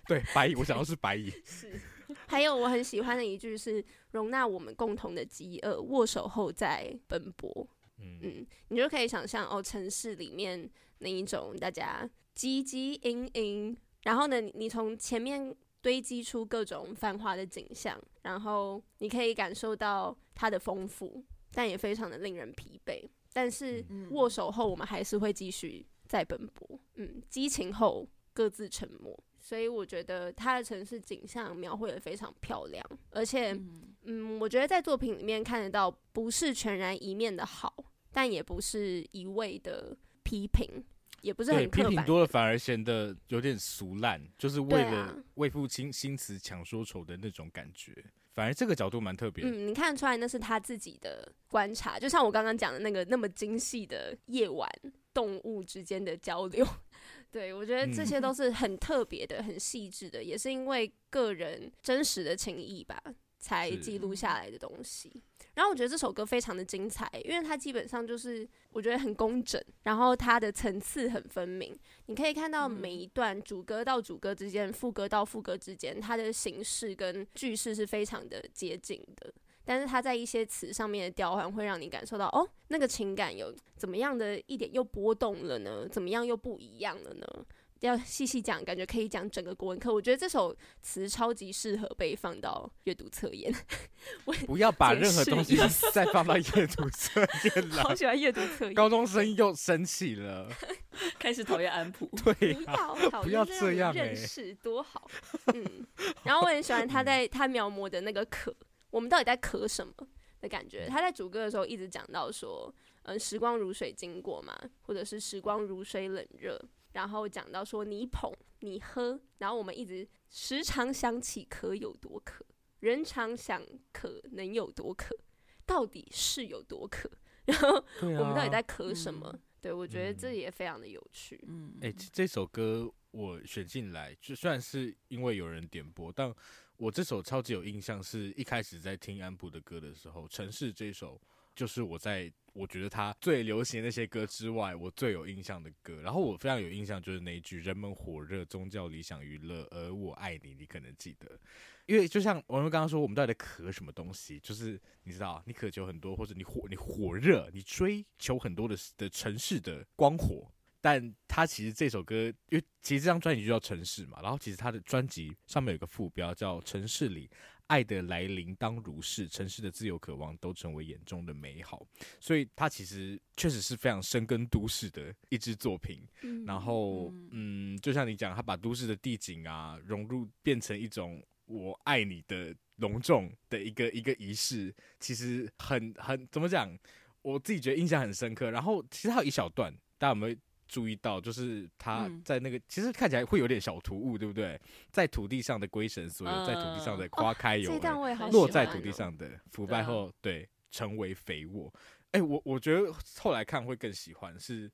S1: 对白蚁，我想要是
S3: *laughs*
S1: 白蚁。
S3: 是，还有我很喜欢的一句是容纳我们共同的饥饿，握手后再奔波。
S1: 嗯，
S3: 嗯，你就可以想象哦，城市里面那一种大家汲汲营营、然后呢，你你从前面堆积出各种繁华的景象，然后你可以感受到它的丰富，但也非常的令人疲惫。但是
S4: 嗯
S3: 握手后，我们还是会继续再奔波。嗯，激情后各自沉默。所以我觉得它的城市景象描绘的非常漂亮，而且
S2: 嗯
S3: 嗯，我觉得在作品里面看得到，不是全然一面的好，但也不是一味的批评，也不是
S1: 对，
S3: 很
S1: 批
S3: 刻
S1: 评
S3: 板。
S1: 多了反而显得有点俗烂，就是为
S3: 对
S1: 了、
S3: 啊
S1: 为赋新新词强说愁的那种感觉。反而这个角度蛮特别的，
S3: 嗯，你看得出来那是他自己的观察，就像我刚刚讲的那个那么精细的夜晚动物之间的交流。 *laughs* 对我觉得
S1: 嗯
S3: 这些都是很特别的、很细致的，也是因为个人真实的情谊吧，才
S1: 是
S3: 记录下来的东西。然后我觉得这首歌非常的精彩，因为它基本上就是我觉得很工整，然后它的层次很分明。你可以看到每一段主歌到主歌之间，副歌到副歌之间，它的形式跟句式是非常的接近的。但是它在一些词上面的调换，会让你感受到哦，那个情感有怎么样的一点又波动了呢？怎么样又不一样了呢？要细细讲，感觉可以讲整个国文课。我觉得这首词超级适合被放到阅读测验。
S1: 不要把
S3: 解
S1: 任何
S3: 释
S1: 东
S3: 一
S1: 西再放到阅读测验
S3: *laughs* 好
S1: 了。
S3: 喜欢阅读测验，
S1: *laughs* 高中生又生气了，
S2: 开始讨厌安普。
S1: 对
S3: 不
S1: 啊、
S3: 要 *laughs* 讨
S1: 不
S3: 厌
S1: 要
S3: 让
S1: 这
S3: 你
S1: 样欸嗯
S3: 认识
S1: *laughs*
S3: 多好。嗯，然后我很喜欢他在他描摹的那个渴，我们到底在渴什么的感觉？他在主歌的时候一直讲到说，嗯，时光如水经过嘛，或者是时光如水冷热，然后讲到说你捧你喝，然后我们一直时常想起渴有多渴，人常想渴能有多渴，到底是有多渴？ *laughs* 然后
S1: *laughs* 对啊。
S3: 我们到底在渴什么？
S2: 嗯
S3: 对我觉得这
S1: 嗯
S3: 也非常的有趣。
S2: 嗯，
S1: 哎、这这首歌我选进来，就算是因为有人点播，但我这首超级有印象，是一开始在听安普的歌的时候，《城市》这首就是我在我觉得他最流行的那些歌之外，我最有印象的歌。然后我非常有印象就是那一句“人们火热，宗教、理想、娱乐，而我爱你”，你可能记得。因为就像王文刚刚说，我们到底在渴什么东西？就是你知道，你渴求很多，或者你火你火热，你追求很多的的城市的光火。但他其实这首歌，因为其实这张专辑就叫《城市》嘛，然后其实他的专辑上面有一个副标叫《城市里爱的来临当如是，城市的自由渴望都成为眼中的美好》，所以他其实确实是非常深耕都市的一支作品。
S3: 嗯
S1: 然后，嗯，就像你讲，他把都市的地景啊融入，变成一种我爱你的隆重的一个一个仪式，其实很很怎么讲，我自己觉得印象很深刻。然后其实还有一小段，大家有没有注意到？就是他
S2: 嗯
S1: 在那个、其实看起来会有点小突兀，对不对？在土地上的归神所有，在土地上的
S2: 嗯
S1: 花开有
S3: 这
S1: 儿、
S3: 一段我也好
S2: 很
S3: 喜
S1: 落
S3: 欢、哦
S1: 在土地。上的腐败
S2: 啊
S1: 后，对，成为肥沃。哎、我我觉得后来看会更喜欢是。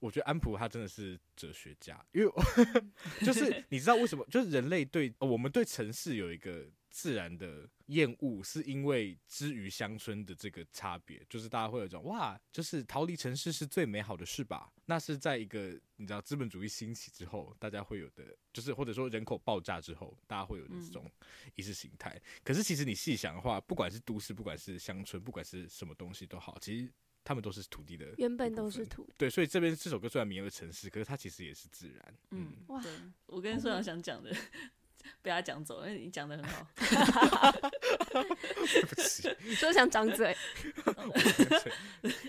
S1: 我觉得安普他真的是哲学家，因为我 *laughs* 就是
S3: *laughs*
S1: 你知道为什么？就是人类对、呃我们对城市有一个自然的厌恶，是因为之于乡村的这个差别，就是大家会有一种哇，就是逃离城市是最美好的事吧？那是在一个你知道资本主义兴起之后，大家会有的，就是或者说人口爆炸之后，大家会有的
S3: 嗯
S1: 这种意识形态。可是其实你细想的话，不管是都市，不管是乡村，不管是什么东西都好，其实他们都是土地的一部分，
S3: 原本都是土，
S1: 对。所以这边这首歌虽然名为城市，可是它其实也是自然。
S2: 嗯
S1: 嗯，，
S3: 哇
S2: 对，我跟社长想讲的被他讲走了，你讲的很好。 *laughs*
S1: 对不起，
S3: 就想张嘴。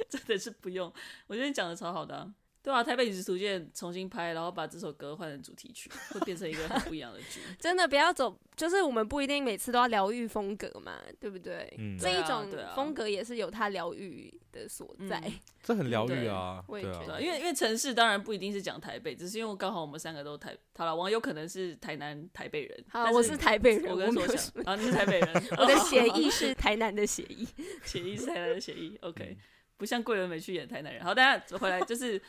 S2: 真的是不用，我觉得你讲的超好的啊、对啊，台北饮食图鉴重新拍，然后把这首歌换成主题曲，会变成一个很不一样的剧。
S3: *laughs* 真的不要走，就是我们不一定每次都要疗愈风格嘛，对不对？
S1: 嗯，
S3: 这一种
S2: 对啊对啊
S3: 风格也是有它疗愈的所在。 *laughs*
S2: 嗯
S1: 这很疗愈
S2: 对
S1: 啊，
S3: 我也
S1: 对
S3: 觉
S2: 对
S1: 啊
S2: 啊，。因为因为城市当然不一定是讲台北，只是因为刚好我们三个都台，好了，网友可能是台南台北人，
S3: 好，
S2: 但
S3: 我是台北人，
S2: 我
S3: 我
S2: 跟所
S3: 没有
S2: 想
S3: 什么，
S2: 啊，你是台北人，
S3: *laughs* 我的
S2: 哦
S3: 协议是 *laughs* 台南的协议。
S2: 协议是台南的协议，OK，不像桂纶镁去演台南人。好，大家回来就是，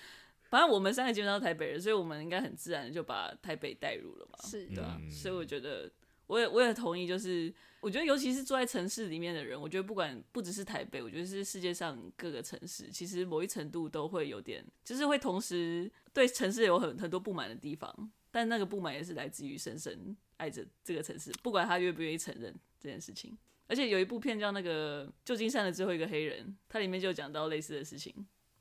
S2: 反正我们三个基本上都台北人，所以我们应该很自然的就把台北带入了嘛。
S3: 是
S2: 对啊，
S1: 嗯
S2: 所以我觉得我也我也同意，就是我觉得尤其是住在城市里面的人，我觉得不管不只是台北，我觉得是世界上各个城市，其实某一程度都会有点，就是会同时对城市有很很多不满的地方，但那个不满也是来自于深深爱着这个城市，不管他愿不愿意承认这件事情。而且有一部片叫那个《旧金山的最后一个黑人》，它里面就有讲到类似的事情，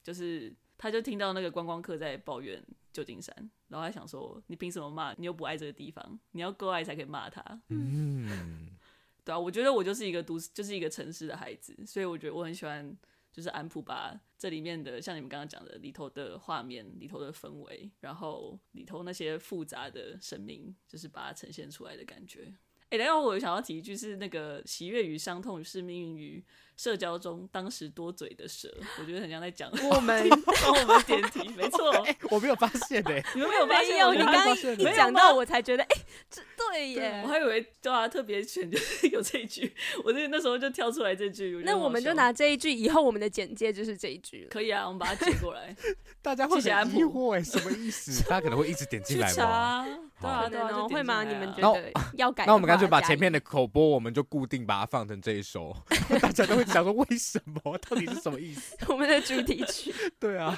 S2: 就是他就听到那个观光客在抱怨旧金山，然后还想说你凭什么骂？你又不爱这个地方，你要够爱才可以骂他。
S1: 嗯，
S2: 对啊，我觉得我就是一个都市，就是一个城市的孩子，所以我觉得我很喜欢，就是安普吧这里面的，像你们刚刚讲的里头的画面、里头的氛围，然后里头那些复杂的生命，就是把它呈现出来的感觉。哎，然后我想要提一句是那个喜悦与伤痛是命运与 *laughs* 社交中当时多嘴的蛇，我觉得很像在讲
S3: 我 *laughs* 们
S2: 帮我们点题，没 *laughs* 错，
S1: 哎，我没有发现哎，
S2: 你们没有发现
S3: 没有，
S2: 我
S3: 你
S2: 觉得
S3: 刚
S2: 他
S3: 刚
S1: 发现了
S3: 一讲到我才觉得，哎、这对
S2: 对，
S3: 耶
S2: 我。还以为对啊，特别选 *laughs* 就是有这一句，我那那时候就跳出来这句。觉得
S3: 那
S2: 很
S3: 我
S2: 好
S3: 们就
S2: 笑
S3: 拿这一句，以后我们的简介就是这一句了。
S2: 可以啊，我们把它接过来
S1: 大家会
S2: 谢谢安
S1: 很
S2: 普
S1: 疑惑哎，什么意
S2: *laughs*
S1: 思？大家可能会一直点 *laughs* 进
S2: 去
S1: 来
S2: 查
S1: 吗？
S2: 啊，对
S1: 好
S2: 啊，对啊，就点
S3: 哦会吗？
S2: 进
S3: 你
S2: 来啊
S3: 们觉
S1: 那
S3: 得
S1: *laughs*
S3: 要改的话？
S1: 那我们干脆把前面
S3: 的
S1: 的口播，我们就固定把它放成这一
S2: *laughs*
S1: 首，大家都会想说为什么？到底是什么意思？
S3: 我们的主题曲，
S1: *laughs* 对啊，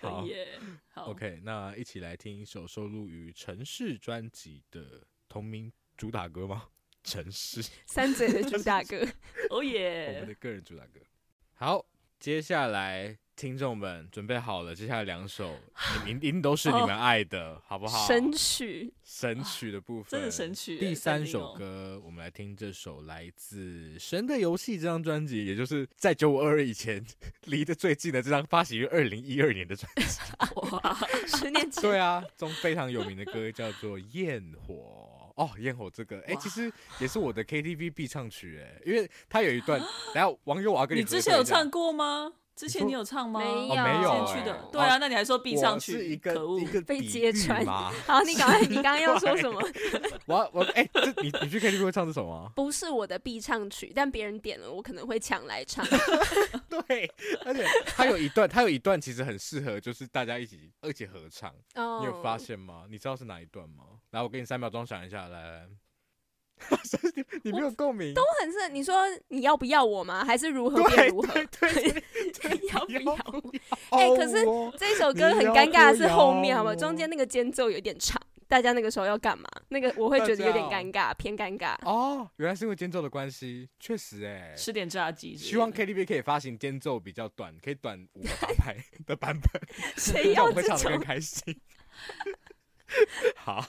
S2: 可
S1: 好
S2: 以耶好
S1: OK，那一起来听一首收录于《城市》专辑的同名主打歌吗？城市，
S3: 三嘴的主打歌。
S2: 哦
S1: 我们
S2: 耶
S1: 的，个人主打歌。好，接下来听众们准备好了，接下来两首，
S2: 啊
S1: 你们一定都是你们
S2: 哦
S1: 爱的，好不 *laughs* 好？
S3: 神曲，
S1: 神曲的部分，
S2: 啊真的神曲耶
S1: 第三首。
S2: 肯定哦
S1: 歌，我们来听这首来自《神的游戏》这张专辑，也就是在九五二二以前 *laughs* 离得最近的这张发行于二零一二年的专辑。
S2: *laughs* 哇，
S3: 十年
S1: *laughs*
S2: *laughs*
S3: 前，
S1: 对啊，中非常有名的歌叫做《焰火》哦，《焰火》这个哎、
S2: 哇
S1: 其实也是我的 KTV 必唱曲哎，因为它有一段，等一下网友我要跟
S2: 啊你
S1: 核对
S2: 之
S1: 一下
S2: 前有唱过吗？之前
S1: 说
S2: 你有唱吗？
S3: 没
S1: 哦没有
S2: 之
S1: 哎
S2: 前去的
S1: 哦，
S2: 对啊，那你还说必唱
S1: 我是一
S2: 曲，
S1: 个
S2: 可恶
S1: 一！个
S3: 被
S1: 比
S3: 揭
S1: 喻
S3: 穿
S1: 吗？
S3: 好，你赶快，你刚刚要说
S1: *laughs*
S3: 什么？
S1: 我要我哎、这你你去 KTV 会唱这首
S3: *laughs*
S1: 吗？
S3: 不是我的必唱曲，但别人点了，我可能会抢
S1: *laughs*
S3: 来唱。
S1: 对，而 *laughs* 且它有一段，它有一段其实很适合，就是大家一起一起合唱。
S3: 哦
S1: 你有发？现吗？你知道是哪一段吗？来，我给你三秒钟想一下，来来 *laughs* 来，你没有共鸣，
S3: 我很是，你说你要不要我吗？还是如何变
S1: 对
S3: 如何？
S1: 对对对，
S3: *laughs* 你要不
S1: 要
S3: 要我？哎可是
S1: 哦
S3: 这首歌很尴尬，是后面好不好？中间那个间奏有点长，大家那个时候要干嘛？那个我会觉得有点尴尬，偏
S1: *laughs*
S3: 尴尬。
S1: 哦，原来是因为间奏的关系，确实哎、
S2: 吃点炸鸡之类的，
S1: 希望 KTV 可以发行间奏比较短，可以短五个八拍的版本，
S3: 谁
S1: 这样
S3: 要
S1: 我会
S3: 这
S1: 唱的更
S3: 种？
S1: 开心。好，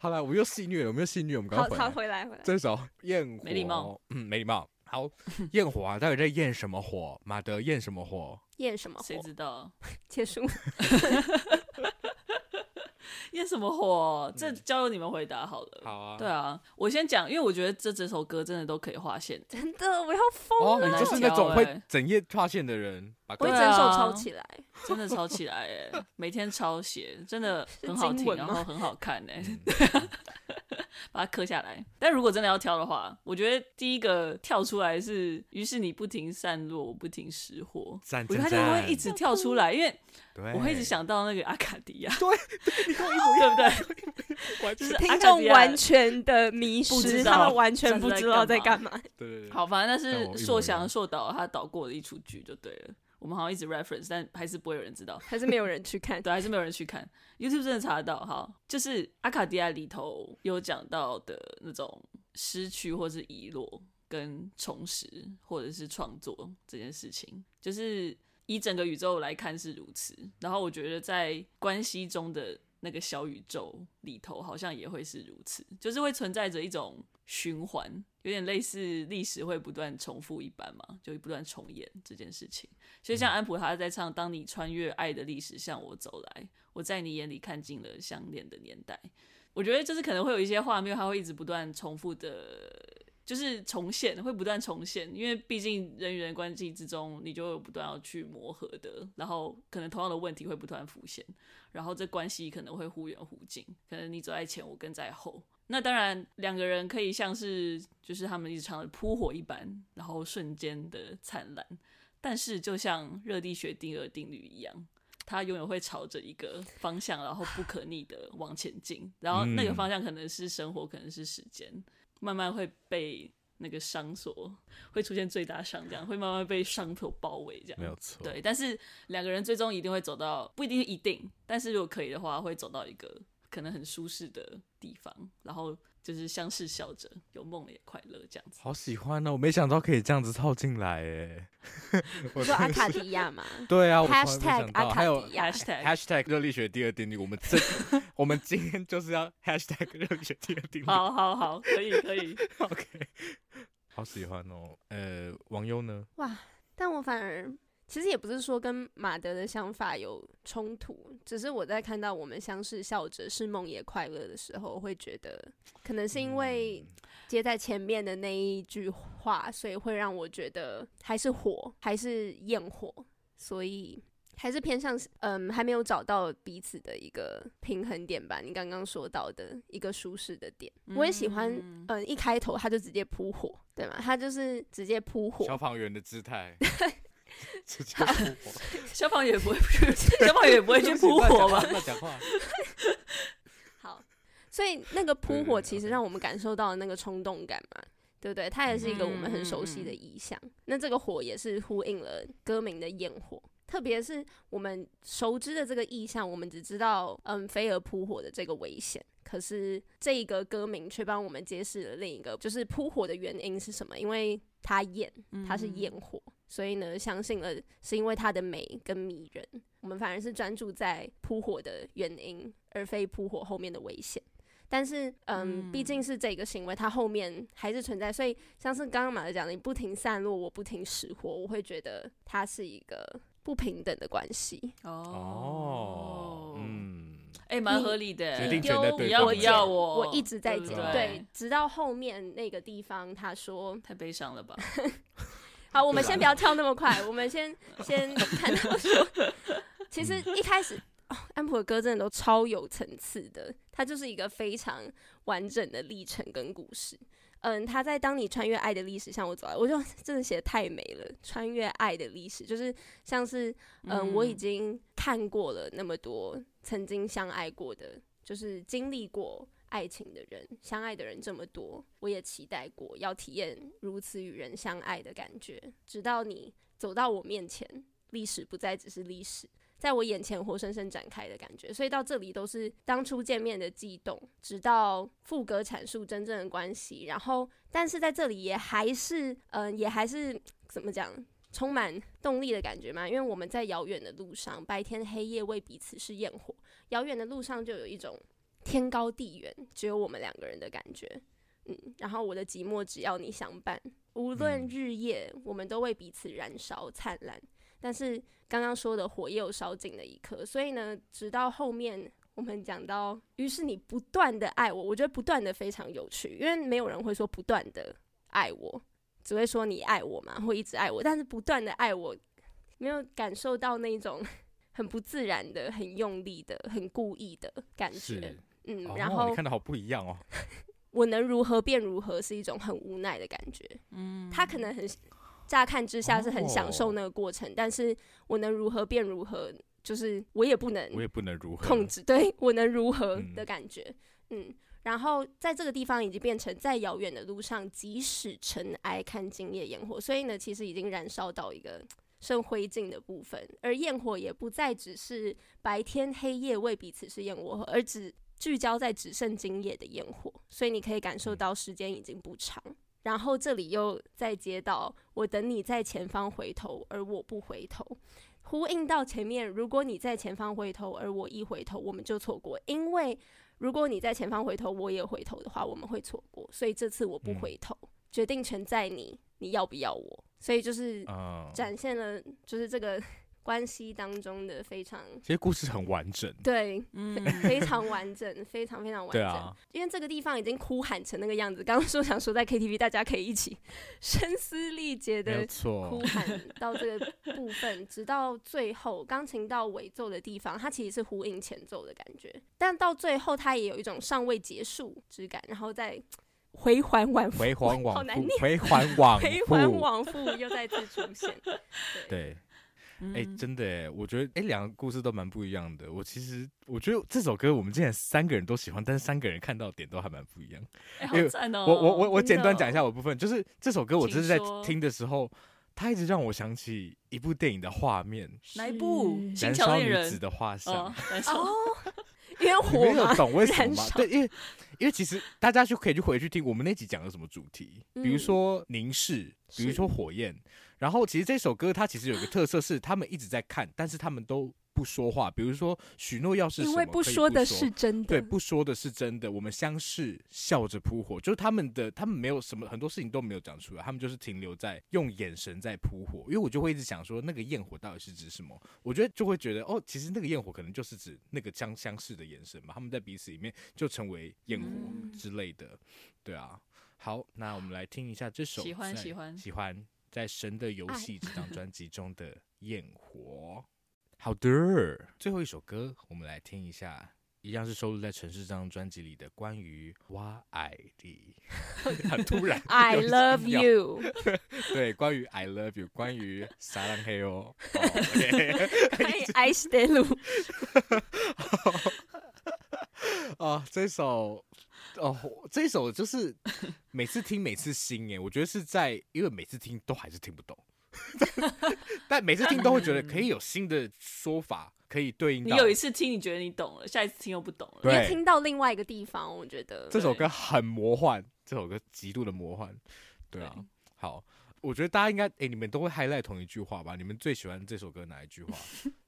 S1: 好了，我们又戏虐了，我们又戏虐，我们刚
S3: 好
S1: 刚回
S3: 好
S1: 来。
S3: 回来回来，
S1: 这首《焰火》
S2: 没礼貌，
S1: 嗯，没礼貌。
S2: *laughs*
S1: 好，焰火啊，到底在焰什么火？马德焰什么火？
S3: 验什么火
S2: 谁？知道 *laughs*
S3: 结束。 *laughs*
S2: 演什么火？这
S1: 嗯
S2: 交由你们回答好了。
S1: 好啊，
S2: 对啊，我先讲，因为我觉得这整首歌真的都可以划线，
S3: 真的，我要
S1: 哦，
S3: 疯了！
S1: 你就是
S2: 很
S1: 那
S2: 难
S1: 种
S2: 挑
S1: 会
S2: 欸
S1: 整夜跨线的人，把
S3: 我
S1: 歌
S3: 会
S2: 对
S3: 整
S2: 啊
S3: 首抄起来。
S2: 真的抄起来哎，每天抄写，真的很好
S3: 经
S2: 听，
S3: 文
S2: 然
S3: 吗
S2: 后很好看哎，
S1: 嗯
S2: *laughs* 把它刻下来。但如果真的要挑的话，我觉得第一个跳出来是，于是你不停散落，我不停失火，
S1: 赞
S2: 我觉
S1: 赞
S2: 得它就
S1: 赞，
S2: 会一直跳出来，因为
S1: 对，
S2: 我会一直想到那个阿卡迪亚，
S1: 你 *laughs* 跟我一模
S2: *laughs* 对不对？
S1: 完
S2: *laughs* 就是阿
S3: 听
S2: 卡
S3: 众
S2: 迪
S3: 完
S2: 亚。
S3: 全的迷
S2: 不知
S3: 失，
S2: 道
S3: 他们完全不知道在干嘛。
S1: 对对对，
S2: 好，反正
S1: 但我一
S2: 那
S1: 模
S2: 是
S1: 一
S2: 硕
S1: 样
S2: 翔、硕导他导过的一出剧就对了。我们好像一直 reference，但还是不会有人知道。
S3: 还是没有人去
S1: *laughs*
S2: *laughs*
S3: 看。
S2: 对，还是没有人去看。YouTube 真的查得到，哈，就是阿卡迪亚里头有讲到的那种失去或是遗落跟重拾或者是创作这件事情，就是以整个宇宙来看是如此。然后我觉得在关系中的那个小宇宙里头，好像也会是如此，就是会存在着一种循环，有点类似历史会不断重复一般嘛，就不断重演这件事情。所以像安普他在唱《当你穿越爱的历史向我走来》，我在你眼里看尽了相恋的年代。我觉得就是可能会有一些画面，它会一直不断重复的，就是重现，会不断重现，因为毕竟人与人关系之中，你就有不断要去磨合的，然后可能同样的问题会不断浮现，然后这关系可能会忽远忽近，可能你走在前，我跟在后。那当然，两个人可以像是就是他们一直唱的扑火一般，然后瞬间的灿烂，但是就像热力学定额定律一样，它永远会朝着一个方向，然后不可逆的往前进。然后
S1: 嗯
S2: 那个方向可能是生活，可能是时间，慢慢会被那个伤所会出现最大伤，这样会慢慢被伤所包围，这样
S1: 没有错，
S2: 对，但是两个人最终一定会走到，不一定一定，但是如果可以的话，会走到一个可能很舒适的地方，然后就是相视笑着，有梦了也快乐这样 *laughs* 子。
S1: 好喜欢哦！我没想到可以这样子套进来
S2: *laughs*
S1: 哎。
S3: 你说
S2: 啊
S3: 阿卡迪亚嘛，
S1: 对 *laughs* 啊，我从来没
S3: Hashtag
S1: 想到
S3: 阿
S1: 还有
S3: 卡迪亚
S2: Hashtag
S1: Hashtag 热力学第二定律，我们这 *laughs* 我们今天就是要 Hashtag 热力学第二定律。
S2: 好好好，可以可以。
S1: OK，好喜欢哦。呃，王优呢？
S3: 哇！但我反而其实也不是说跟马德的想法有冲突，只是我在看到我们相视笑着是梦也快乐的时候，会觉得可能是因为接在前面的那一句话，所以会让我觉得还是火，还是焰火，所以。还是偏向嗯，还没有找到彼此的一个平衡点吧。你刚刚说到的一个舒适的点，我也喜欢
S2: 嗯
S3: 嗯，一开头他就直接扑火，对吗？他就是直接扑火，
S1: 消防员的姿
S3: *laughs*
S1: 态，直接 *laughs* 扑火
S2: 消防员也不会去，消防员也不会去扑火吧？
S1: 乱讲话，
S3: 好，所以那个
S1: 对
S3: 扑
S1: 对
S3: 火
S1: 对
S3: 其实
S1: ，OK
S3: 让我们感受到了那个冲动感嘛，对不对？它也是一个我们很熟悉的
S1: 嗯
S3: 意象。那这个火也是呼应了歌名的焰火，特别是我们熟知的这个意象，我们只知道嗯飞蛾扑火的这个危险。可是这一个歌名却帮我们揭示了另一个，就是扑火的原因是什么？因为它焰，它是
S1: 嗯
S3: 焰火，所以呢，相信了是因为它的美跟迷人，我们反而是专注在扑火的原因，而非扑火后面的危险。但是，嗯，毕竟是这个行为，它后面还是存在，所以像是刚刚马德讲的，你不停散落，我不停失火，我会觉得它是一个不平等的关系。
S1: 哦
S2: 哦，，
S1: 嗯，
S2: 哎，蛮合理的。
S1: 决定
S3: 丢
S1: 权在对
S2: 你
S1: 方
S2: 要
S1: 手
S2: 不
S3: 我
S1: 上，
S2: 要我？
S3: 我一直在
S2: 对
S3: 丢
S2: 不对
S3: 对，直到后面那个地方，他说
S2: 太悲伤了吧？
S3: 好，我们
S1: 对啊
S3: 先不要跳那么快，我们先先
S2: *laughs*
S3: 看到说，其实
S2: 嗯
S3: 一开始、哦、安普的歌真的都超有层次的，它就是一个非常完整的历程跟故事。嗯，他在当你穿越爱的历史向我走来，我就 *laughs* 真的写的太美了。穿越爱的历史，就是像是嗯，我已经看过了那么多曾经相爱过的，就是经历过爱情的人，相爱的人这么多，我也期待过要体验如此与人相爱的感觉，直到你走到我面前，历史不再只是历史。在我眼前活生生展开的感觉，所以到这里都是当初见面的悸动，直到副歌阐述真正的关系，然后但是在这里也还是，嗯、也还是怎么讲，充满动力的感觉嘛，因为我们在遥远的路上，白天黑夜为彼此是焰火，遥远的路上就有一种天高地远，只有我们两个人的感觉。嗯，然后我的寂寞只要你相伴，无论
S1: 嗯
S3: 日夜，我们都为彼此燃烧灿烂。但是刚刚说的火也有烧尽的一刻，所以呢，直到后面我们讲到，于是你不断的爱我，我觉得不断的非常有趣，因为没有人会说不断的爱我，只会说你爱我嘛，会一直爱我，但是不断的爱我，没有感受到那种 *laughs* 很不自然的、很用力的、很故意的感觉
S1: 是。，
S3: 嗯，
S1: 哦
S3: 然后
S1: 你看的好不一样哦，
S3: 我能如何便如何，是一种很无奈的感觉。
S2: 嗯，
S3: 他可能很乍看之下是很享
S1: 哦
S3: 受那个过程，但是我能如何便如何，就是我也不能
S1: 我也不能如何
S3: 控，制， *laughs* 对我能如何
S1: 嗯
S3: 的感觉，嗯然后在这个地方已经变成在遥远的路上，即使尘埃看今夜烟火，所以呢，其实已经燃烧到一个剩灰烬的部分，而焰火也不再只是白天黑夜为彼此是焰火，而只聚焦在只剩今夜的烟火，所以你可以感
S1: 嗯
S3: 受到时间已经不长。然后这里又再接到“我等你在前方回头，而我不回头”，呼应到前面。如果你在前方回头，而我一回头，我们就错过。因为如果你在前方回头，我也回头的话，我们会错过。所以这次我不
S1: 嗯
S3: 回头，决定权在你，你要不要我？所以就是
S1: 嗯，
S3: 展现了就是这个关系当中的非常
S1: 其实故事很完整， *laughs*
S3: 对
S2: 嗯，
S3: 非常完整，非常非常完
S1: 对
S3: 整。
S1: 啊，
S3: 因为这个地方已经哭喊成那个样子，刚刚说想说在 KTV 大家可以一起 *laughs* 声嘶力竭
S1: 没有
S3: 的哭
S1: 错，
S3: 喊到这个部分，直到最后钢琴到尾奏的地方，它其实是呼应前奏的感觉，但到最后它也有一种尚未结束之感，然后再回环往复，
S1: 回环
S3: 好
S1: 往
S3: 难
S1: 复
S3: 念，
S1: 回环往
S3: 回环
S1: 复，
S3: 往复又再次出
S1: *laughs*
S3: 现。
S1: 对。
S2: 嗯
S1: *laughs* 哎、
S3: 嗯
S1: 真的哎，我觉得哎，两个故事都蛮不一样的。我其实我觉得这首歌我们竟然三个人都喜欢，但是三个人看到的点都还蛮不一样。
S2: 哎，
S1: 因
S2: 好
S1: 为
S2: 赞哦！
S1: 我我我我
S3: 真
S1: 简
S3: 的
S1: 单
S3: 哦
S1: 讲一下我部分，就是这首歌我只
S2: 请
S1: 是在
S2: 说
S1: 听的时候，它一直让我想起一部电影的画面，
S2: 哪一部？
S1: 《燃
S2: 新桥
S1: 烧
S2: 恋
S1: 女子》
S2: 人
S3: *laughs*
S1: 的画像。
S2: 哦，燃烧
S1: 你
S3: 因为
S1: 没
S3: 哦火
S1: 有
S3: 嘛，
S1: 懂为什么
S3: 燃
S1: 吗？
S3: 烧
S1: 对，因为因为其实大家就可以去回去听我们那集讲了什么主题，比如
S3: 嗯
S1: 说凝视，比如
S3: 是
S1: 说火焰。然后其实这首歌它其实有个特色是，他们一直在看，但是他们都不说话。比如说许诺要是
S3: 因
S1: 什
S3: 为
S1: 么
S3: 不
S1: 可以
S3: 说的
S1: 说
S3: 是真的，
S1: 对，不说的是真的。我们相视笑着扑火，就是他们的，他们没有什么很多事情都没有讲出来，他们就是停留在用眼神在扑火。因为我就会一直想说，那个焰火到底是指什么？我觉得就会觉得，哦，其实那个焰火可能就是指那个相相视的眼神吧，他们在彼此里面就成为焰
S2: 嗯
S1: 火之类的。对啊，好，那我们来听一下这首
S2: 喜欢
S1: 在
S2: 喜欢
S1: 喜欢在《神的游
S3: 爱
S1: 戏》这张专辑中的焰火。好的，最后一首歌，我们来听一下，一样是收录在《城市》这张专辑里的关于挖爱 *laughs* 的。很突然
S3: I
S1: 有一
S3: love
S1: 秒
S3: you，
S1: *laughs* 对，关于 I love you，关于撒浪嘿哦。哦，OK *laughs*
S3: 欢迎 I stay 路，
S1: 啊，这首哦，这首就是每次听每次新哎，我觉得是在，因为每次听都还是听不 *laughs* 懂，但每次听都会觉得可以有新的说法，可以对应
S2: 你
S1: 到。
S2: 有一次听，你觉得你懂了，下一次听又不懂了。
S3: 因为
S1: 对
S3: 听到另外一个地方，我觉得
S1: 这首
S2: 对
S1: 歌很魔幻，这首歌极度的魔幻，对啊。好，我觉得大家应该，哎、你们都会 highlight 同一句话吧？你们最喜欢这首歌哪一句
S3: *laughs*
S1: 话？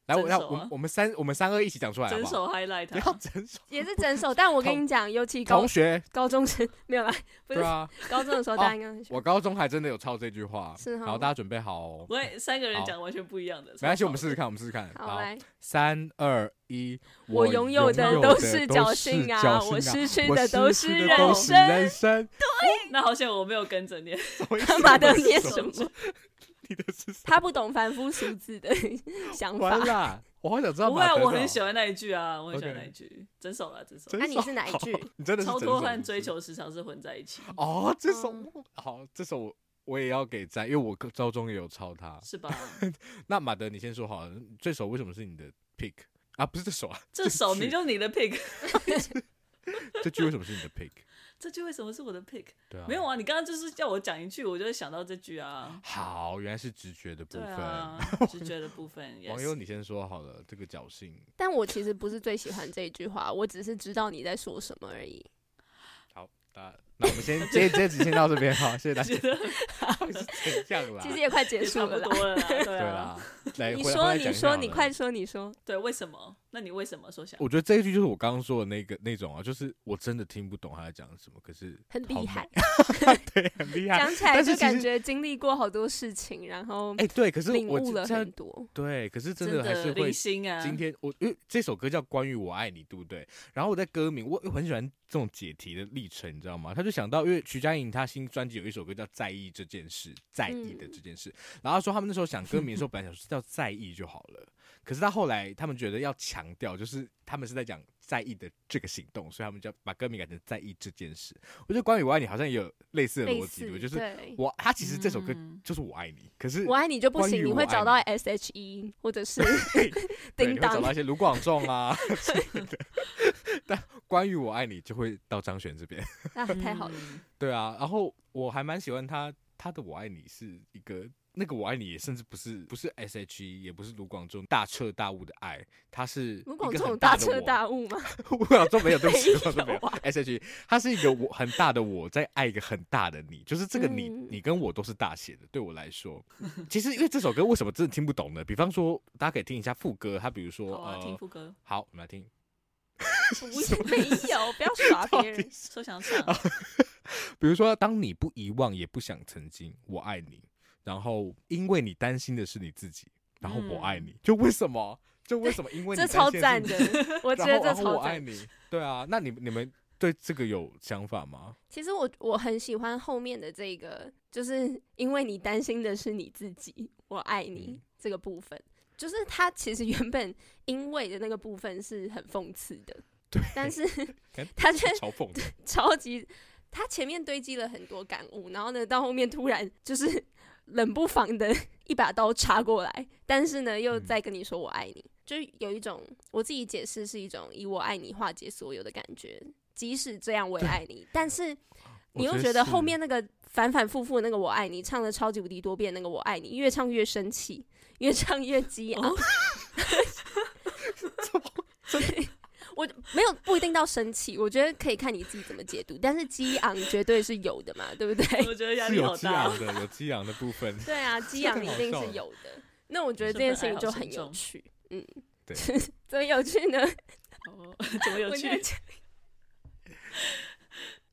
S1: 来，我
S2: 整
S1: 来，
S2: 首
S1: 我
S2: 啊
S1: 们我们三我们三二一起讲出来啊好
S2: 整
S1: 不好？
S2: 首 highlight
S1: *laughs*
S2: 啊
S1: 不要
S2: 它，
S1: 整首，
S3: 也是整首。但我跟啊你讲，尤其高
S1: 同学，
S3: 高中生没有啦，不是
S1: 对啊，
S3: 高中的时候，
S1: 哦
S3: 大家应该很喜欢
S1: 我高中还真的有抄这句话，
S3: 是哦
S1: 然后大家准备好、哦，
S2: 我也三个人
S1: 好
S2: 讲完全不一样的。
S1: 没关系，
S2: 超
S1: 我们
S2: 好
S1: 试试
S2: 的。
S1: 看，我们试试看。
S3: 好
S1: 好，
S3: 来，
S1: 三二一，
S3: 我拥有的
S1: 拥有
S3: 都
S1: 的
S3: 是
S1: 都
S3: 侥
S1: 是
S3: 幸啊
S1: 侥
S3: 我
S1: 幸
S3: 失去
S1: 我
S3: 的都
S1: 失
S3: 是
S1: 去的
S3: 人
S1: 都是
S3: 生
S1: 人
S3: *laughs*
S1: 生。 *laughs*
S2: 那好像我没有跟着念，
S3: 干
S2: *laughs*
S3: 嘛的啊念
S2: 手
S3: 什么？
S1: 你的是什
S3: 他不懂凡夫俗子的 *laughs* 想
S1: 么
S3: 法
S1: 完。了，我好想知道
S2: 不会啊，
S1: 马德
S2: 我很
S1: 道
S2: 喜欢那一句啊，我很喜欢
S1: OK
S2: 那一句，整首了，整首。
S1: 真
S3: 那你
S1: 爽
S3: 是哪一句？
S1: 你真的是
S2: 超
S1: 整
S2: 脱
S1: 首
S2: 和
S1: 你
S2: 追
S1: 是
S2: 求时常是混在一起，
S1: 哦，这首
S3: 嗯
S1: 我好，这首我我也要给赞，因为我高高中也有抄它。
S2: 是吧？ *laughs*
S1: 那马德，你先说好了，这首为什么是你的 pick 啊？不是这首啊，
S2: 这首
S1: 句
S2: 明就是你的 pick， *laughs*
S1: 这句为什么是你的
S3: *laughs*
S1: pick？
S2: 这句为什么是我的 pick？
S1: 对啊，
S2: 没有。啊，你刚刚就是叫我讲一句，我就会想到这句啊。
S1: 好，原来是直觉的部
S2: 对
S1: 分。 *laughs*
S2: 啊，直觉的部分。
S1: 网友，
S2: yes，
S1: 你先说好了，这个侥幸。
S3: 但我其实不是最喜欢这一句话，我只是知道你在说什么
S1: *laughs*
S3: 而已。
S1: 好，那那我们
S3: *laughs*
S1: 先这这集先到这边好，谢谢大家
S2: 觉。得
S1: 到底是怎样啦？
S3: 其实也快结
S2: 也
S3: 束
S2: 差不
S3: 了
S2: 多
S3: 啦。
S2: 了啦，对
S1: 对
S2: 啊
S1: 啦，，来，
S3: *laughs* 你
S1: 哎回来
S3: 说，
S1: 回来讲
S3: 你
S1: 一下
S3: 说，
S1: 好
S3: 你
S1: 了
S3: 快说，你说。
S2: 对，为什么？那你为什么说想？
S1: 我觉得这一句就是我刚刚说的那个那种啊，就是我真的听不懂他在讲什么，可是
S3: 很
S1: 好
S3: 厉
S1: 美
S3: 害，，
S1: 对，很厉害。
S3: 讲起来
S1: *laughs* 但是
S3: 就
S1: 其
S3: 感
S1: 实
S3: 觉经历过好多事情，然后
S1: 哎、对，可是
S3: 领
S1: 我
S3: 悟了
S1: 现在
S3: 很多。
S1: 对，可是真
S2: 的
S1: 的还是会
S2: 零。星啊，
S1: 今天我因为这首歌叫《关于我爱你》，对不对？然后我在歌名，我我很喜欢这种解题的历程，你知道吗？他就想到，因为徐佳莹她新专辑有一首歌叫《在意这件事》，在意的
S3: 嗯
S1: 这件事。然后他说他们那时候想歌名
S3: *laughs*
S1: 的时候，本来想说叫《在意》就好了，可是他后来他们觉得要强调，就是他们是在讲在意的这个行动，所以他们就要把歌名改成《在意这件事》。我觉得《关于我爱你》好像也有类似的逻
S3: 类
S1: 辑，
S3: 似
S1: 对不对，就是
S3: 对，
S1: 我他其实这首歌
S2: 嗯
S1: 就是我爱你，可是
S3: 我爱你就不
S1: 关于
S3: 行，你
S1: 我
S3: 会
S1: 爱
S3: 找
S1: 你
S3: 到 S H E 或者是
S1: 对，
S3: 叮
S1: 你会找
S3: 当
S1: 到一些卢广仲啊 *laughs* 之类
S3: *laughs*
S1: 的。但关于我爱你就会到张悬这边，
S3: 啊，太好了。
S2: 嗯
S1: 对啊。然后我还蛮喜欢他，他的我爱你是一个那个我爱你，也甚至不是不是 S H E，也不是卢广仲大彻大悟的爱，他是
S3: 卢
S1: 一
S3: 广
S1: 个
S3: 仲
S1: 很
S3: 有大
S1: 的
S3: 彻
S1: 我
S3: 大悟吗？
S1: 卢广仲没有，对不起，卢广仲没
S3: 没
S1: 有
S3: 有啊
S1: S H E，他是一个我很大的我在爱一个很大的你，就是这个你，
S3: 嗯
S1: 你跟我都是大写的。对我来说， *laughs* 其实因为这首歌为什么真的听不懂呢？比方说，大家可以听一下副歌，他比如说
S2: 好啊，
S1: 呃
S2: 听副 *laughs* 歌，
S1: 好，我们来听。
S3: 不是没有，不要耍别人。
S2: 说想唱，
S1: 哦比如说，当你不遗忘，也不想曾经，我爱你。然后，因为你担心的是你自己，然后我爱你。就为什么？就为什么？因为你
S3: 这
S1: 担
S3: 超
S1: 心
S3: 赞
S1: 是
S3: 的
S1: 你自己，
S3: 我觉
S1: 然后
S3: 得这
S1: 然后我
S3: 超
S1: 爱
S3: 赞。
S1: 你。对啊，那你你们对这个有想法吗？
S3: *laughs* 其实我我很喜欢后面的这个，就是因为你担心的是你自己，我爱你、
S1: 嗯
S3: 这个部分，就是它其实原本因为的那个部分是很讽刺的，
S1: 对，
S3: 但是
S1: 看
S3: 它却
S1: 嘲讽的，
S3: *laughs* 超级，他前面堆积了很多感悟，然后呢，到后面突然就是 *laughs* 冷不防的 *laughs* 一把刀插过来，但是呢，又
S1: 嗯
S3: 再跟你说我爱你，就是有一种我自己解释是一种以我爱你化解所有的感觉，即使这样我也爱你，但
S1: *laughs*
S3: 是
S1: 我
S3: 你又
S1: 觉
S3: 觉得
S1: 是
S3: 后面那个反反复复的那个我爱你唱的超级无敌多遍那个我爱你，越唱越生气， *laughs*
S1: 哦
S3: 啊 *laughs* 越唱越激昂。我没有不一定到生气，我觉得可以看你自己怎么解读，但是激昂绝对是有的嘛，对不对？ *laughs*
S2: 我觉得压
S1: 是
S2: 力
S1: 有啊
S2: 好
S1: 激
S2: 大
S1: 昂。的，有激昂的部分。
S3: 对啊，激昂一定是有的。那我觉得这件事情就很有趣，嗯，
S1: 对
S3: *laughs* 怎么有趣呢？
S2: 哦， *laughs* 怎么有
S3: 我
S2: 趣
S3: 觉？得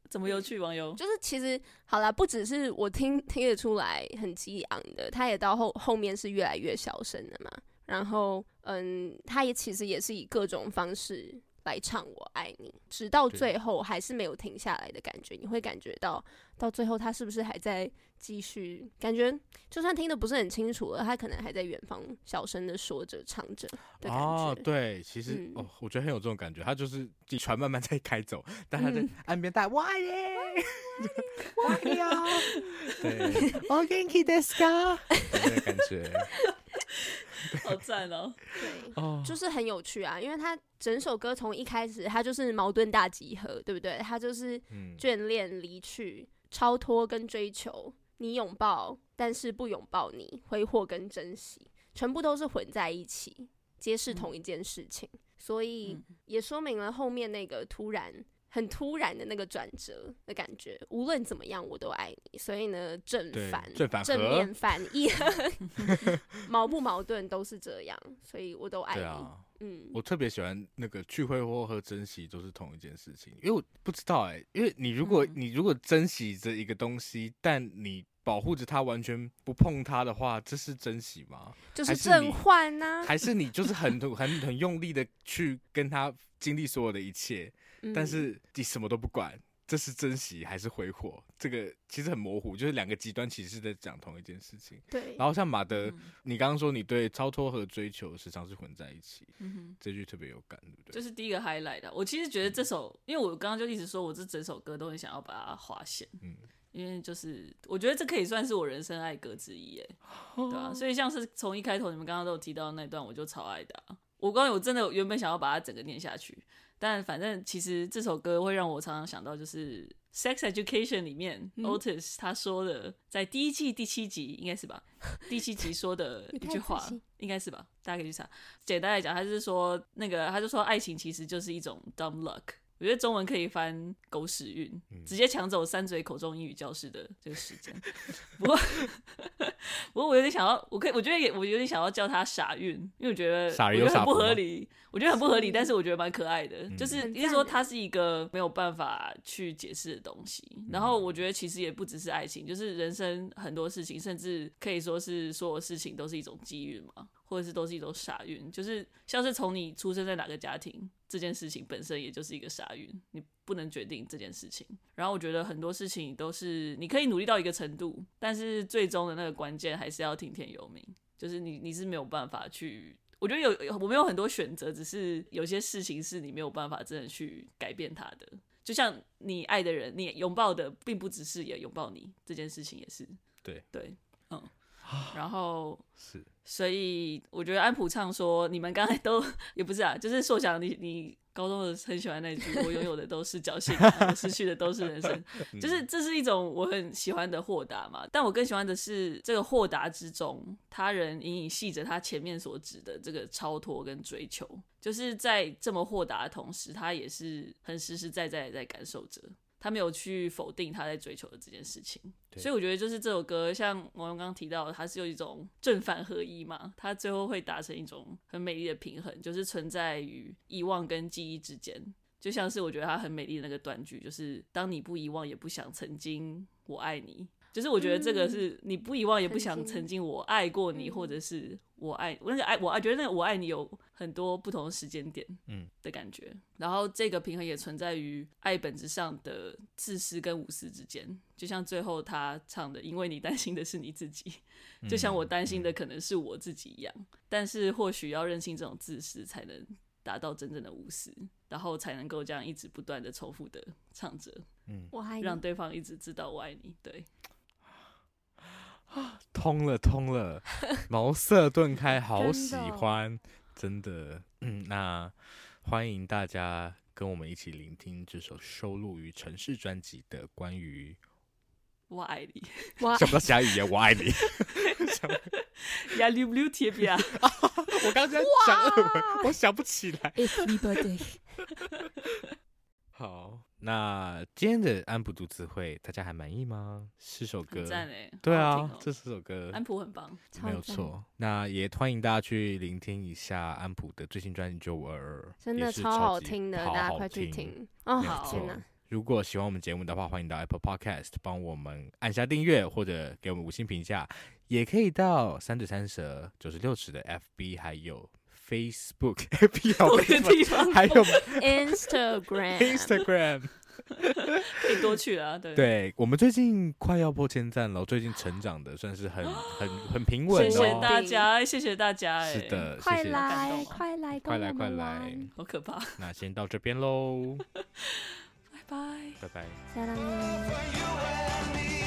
S2: 怎么有趣？网友
S3: 就是其实好啦，不只是我听听得出来很激昂的，他也到后后面是越来越小声的嘛。然后，嗯，他也其实也是以各种方式来唱“我爱你”，直到
S1: 对
S3: 最后还是没有停下来的感觉。你会感觉到到最后他是不是还在继续？感觉就算听得不是很清楚了，他可能还在远方小声的说着、唱着的感
S1: 哦
S3: 觉。，
S1: 对，其实、
S3: 嗯
S1: 哦，我觉得很有这种感觉。他就是船慢慢在开走，但他
S3: 嗯
S1: 在岸边大哇耶，哇 *laughs* 耶，
S3: 哦 *laughs*
S1: 对，我给你的 sky，那个感觉
S2: *laughs* 好赞哦！
S3: 对
S1: 哦，
S3: 就是很有趣啊，因为他整首歌从一开始，他就是矛盾大集合，对不对？他就是
S1: 嗯，
S3: 眷恋、离去、超脱跟追求，你拥抱，但是不拥抱你，挥霍跟珍惜，全部都是混在一起，皆是
S1: 嗯
S3: 同一件事情，所以也说明了后面那个突然。很突然的那个转折的感觉，无论怎么样我都爱你。所以呢，正
S1: 对
S3: 反
S1: 正反
S3: 正
S1: 合
S3: 面反
S1: *laughs*
S3: 义，矛不矛盾都是这样，所以我都爱
S1: 对
S3: 你。
S1: 啊。
S3: 嗯，
S1: 我特别喜欢那个去挥霍和珍惜都是同一件事情，因为我不知道哎、因为你如果、
S2: 嗯
S1: 你如果珍惜着一个东西，但你保护着它完全不碰它的话，这是珍惜吗？
S3: 就是
S1: 还是
S3: 正
S1: 你
S3: 焕呐、
S1: 还是你就是很 *laughs* 很很用力的去跟它经历所有的一切，
S3: 嗯
S1: 但是你什么都不管？这是珍惜还是挥霍？这个其实很模糊，就是两个极端其实是在讲同一件事情。
S3: 对
S1: 然，后像马德，
S2: 嗯
S1: 你刚刚说你对超脱和追求时常是混在一起，
S2: *laughs* 嗯哼。
S1: 这句特别有感，对不对？嗯
S2: 就是第一个 highlight 的。我其实觉得这首，因为我刚刚就一直说，我这整首歌都很想要把它划线，
S1: 嗯
S2: 因为就是我觉得这可以算是我人生爱歌之
S1: *laughs*
S2: 一，哎，对啊，所以像是从一开头你们刚刚都有提到的那段，我就超爱的啊、我刚刚我真的原本想要把它整个念下去，但反正其实这首歌会让我常常想到就是。Sex Education 里面、Otis 他说的，在第一季第七集应该是吧？第七集说的一
S3: 你太
S2: 句话
S3: 仔细，
S2: 应该是吧？大家可以去查。简单来讲，他就是说那个，他就说爱情其实就是一种 dumb luck。我觉得中文可以翻狗屎运，
S1: 嗯
S2: 直接抢走三嘴口中英语教室的这个时间。不过，不过我有点想要，我可以，我觉得也，我有点想要叫他傻运，因为我觉得
S1: 傻
S2: 我
S1: 人
S2: 觉
S1: 有
S2: 得很
S1: 傻
S2: 不
S1: 福
S2: 合
S1: 吗
S2: 理，我觉得很不合理，但是我觉得蛮可爱的，就是
S3: 嗯很
S2: 应该说
S3: 赞欸
S2: 它是一个没有办法去解释的东西。
S3: 嗯
S2: 然后我觉得其实也不只是爱情，就是人生很多事情，甚至可以说是所有事情都是一种机遇嘛，或者是都是一种傻运，就是像是从你出生在哪个家庭这件事情本身也就是一个傻运，你不能决定这件事情。然后我觉得很多事情都是你可以努力到一个程度，但是最终的那个关键还是要听天由命。就是你你是没有办法去，我觉得有有我们有很多选择，只是有些事情是你没有办法真的去改变它的。就像你爱的人，你拥抱的并不只是也拥抱你这件事情，也是
S1: 对
S2: 对，嗯。然后，
S1: 是
S2: 所以我觉得安普唱说，你们刚才都 *laughs* 也不是啊，就是硕翔你你高中的很喜欢那句“我拥有的都是侥幸，我失去的都是人生”，就是这是一种我很喜欢的豁达嘛，但我更喜欢的是这个豁达之中，他人隐隐系着他前面所指的这个超脱跟追求，就是在这么豁达的同时，他也是很实实在在的在感受着，他没有去否定他在追求的这件事情。
S1: 对
S2: 所以我觉得就是这首歌，像王勇刚刚提到的，它是有一种正反合一嘛，它最后会达成一种很美丽的平衡，就是存在于遗忘跟记忆之间。就像是我觉得它很美丽的那个断句，就是当你不遗忘也不想曾经我爱你，就是我觉得这个是你不遗忘也不想
S3: 嗯曾经
S2: 曾经我爱过你，
S3: 嗯
S2: 或者是我爱那个爱我爱觉得那个我爱你有很多不同的时间点，
S1: 嗯
S2: 的感觉。然后这个平衡也存在于爱本质上的自私跟无私之间，就像最后他唱的“因为你担心的是你自己”，
S1: 嗯
S2: 就像我担心的可能是我自己一样。但是或许要认清这种自私，才能达到真正的无私，然后才能够这样一直不断的重复的唱着，
S1: 嗯
S3: 我还
S2: 让对方一直知道我爱你。对，
S1: 通了通了，茅塞顿开，好
S3: 真
S1: 喜
S3: 的
S1: 欢，真的。嗯，那欢迎大家跟我们一起聆听这首收录于《城市》专辑的关于
S2: 我爱你，
S3: 哇
S1: 想，不到下雨言，我爱你。
S2: 呀溜溜铁皮啊！
S1: 我刚才想俄 *laughs* 文，我想不起来。
S5: Everybody，
S1: *laughs* 好，那今天的安普读词汇大家还满意吗？四首歌
S2: 很，赞哎，
S1: 对
S2: 好好
S1: 啊
S2: 听哦，
S1: 这四首歌
S2: 安普很棒，
S3: 超
S1: 没有
S3: 赞
S1: 错。那也欢迎大家去聆听一下安普的最新专辑《九五二二》，
S3: 真的
S1: 也是
S3: 超好
S1: 超级
S3: 听的，
S1: 好
S3: 大家
S1: 好
S3: 快去
S1: 听。
S3: 听哦
S1: 没有！
S2: 好
S3: 天
S1: 错
S3: 哪，。
S1: *laughs*
S3: *laughs*
S1: 如果喜欢我们节目的话，欢迎到 Apple Podcast 帮我们按下订阅，或者给我们五星评价，也可以到三嘴三舌九十六尺的 FB 还有 Facebook *laughs* FB 好
S2: 多
S1: 为
S2: 个
S1: 什么
S2: 地方
S1: 还有
S3: Instagram，
S1: Instagram。
S2: 可以多去啊，对，
S1: 对我们最近快要破千赞了，最近成长的算是很很很平稳
S2: 谢谢
S1: 哦。
S2: 大家，谢谢大家哎，
S1: 是，的，谢
S3: 快
S1: 谢，
S2: 感动啊
S3: 来哎快来
S1: 快
S3: 跟
S1: 来
S3: 我
S1: 快
S3: 们
S1: 来
S3: 玩，，
S2: 好可怕，
S1: 那先到这边喽，
S2: 拜拜。
S1: 拜拜。
S3: 再来。
S6: For you and me,